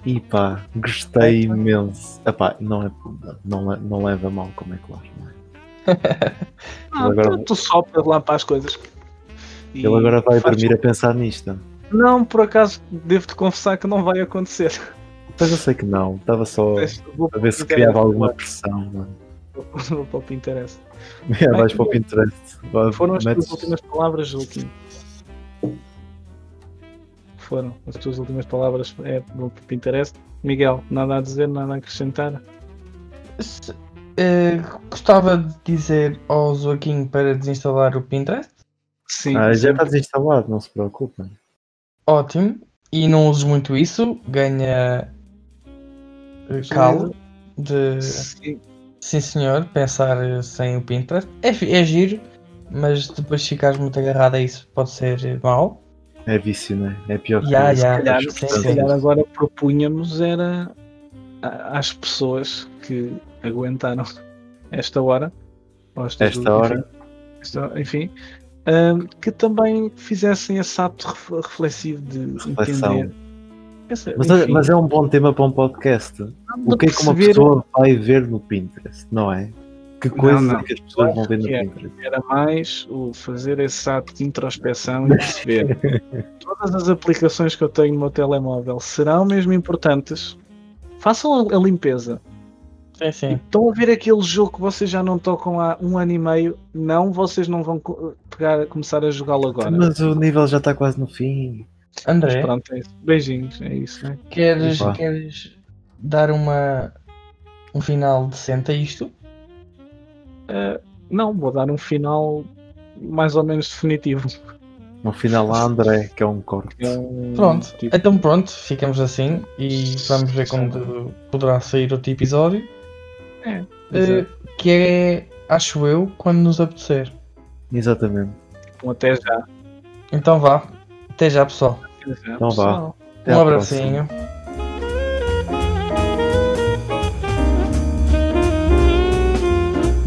C: E pá, gostei imenso. Epá, não, é, não, le- não leva a mal, como é claro. não é?
B: Ah,
C: Ele agora-
B: tu, tu sopras lá para as coisas. E
C: Ele agora vai
B: faz- um
C: dormir a pensar nisto.
B: Não, por acaso, devo-te confessar que não vai acontecer.
C: Mas eu sei que não, estava só
B: Vou
C: a
B: para o
C: ver se
B: Pinterest.
C: criava alguma pressão. mano. [laughs]
B: Vou para o Pinterest.
C: É, vais para o Pinterest. vai-
B: Foram as
C: metes-
B: tuas últimas palavras, Joaquim? Foram as tuas últimas palavras. É, no Pinterest. Miguel, nada a dizer, nada a acrescentar.
A: Se- eh, gostava de dizer ao Joaquim para desinstalar o Pinterest.
B: Sim.
C: Ah, já está desinstalado, não se preocupem.
A: Ótimo. E não uses muito isso. Ganha. eh, Calo. De.
B: Sim.
A: Sim, senhor. Pensar eh, sem o Pinterest. É, fi- é giro. Mas depois se ficares muito agarrado a isso, pode ser eh, mau.
C: É vício, né? É pior que
A: Ya,
C: isso.
A: ya.
B: Se calhar,
A: Sim,
B: se
A: sim.
B: calhar agora propunhamos era a- às pessoas que aguentaram [laughs] esta hora, ou estas
C: Esta
B: duas,
C: hora.
B: enfim, esta- enfim, ahm, que também fizessem esse ato ref- reflexivo de
C: Reflexão.
B: entender. Essa-
C: Mas,
B: enfim,
C: mas é um bom tema para um podcast.
B: de
C: O que é que uma
B: perceber
C: pessoa vai ver no Pinterest, não é? Que coisas
B: não.
C: é que as pessoas vão ver no
B: É.
C: Pinterest?
B: Era mais o fazer esse ato de
C: [laughs]
B: introspeção e perceber. Todas as aplicações que eu tenho no meu telemóvel serão mesmo importantes. Façam a- a limpeza.
A: Sim, sim.
B: Estão a ver aquele jogo que vocês já não tocam há um ano e meio? Não, vocês não vão co- pegar, começar a jogá-lo agora. Mas,
C: Mas o nível já está quase no fim.
A: André,
B: pronto, é isso. Beijinhos, é isso, né?
A: queres,
C: Opa.
A: queres dar uma. Um final decente a isto?
B: Ah, não, vou dar um final mais ou menos definitivo.
C: No final lá, André, que é um corte.
B: É um
A: Pronto,
B: tipo-
A: então pronto, ficamos assim e vamos ver quando poderá sair outro episódio. eh,
B: Exato.
A: que é, acho eu, quando nos apetecer.
C: Exatamente.
B: Bom, um até já.
A: Então vá, até já pessoal.
B: Até já,
C: Então vá.
B: pessoal.
C: Até
A: um
C: à
A: abracinho.
C: próxima.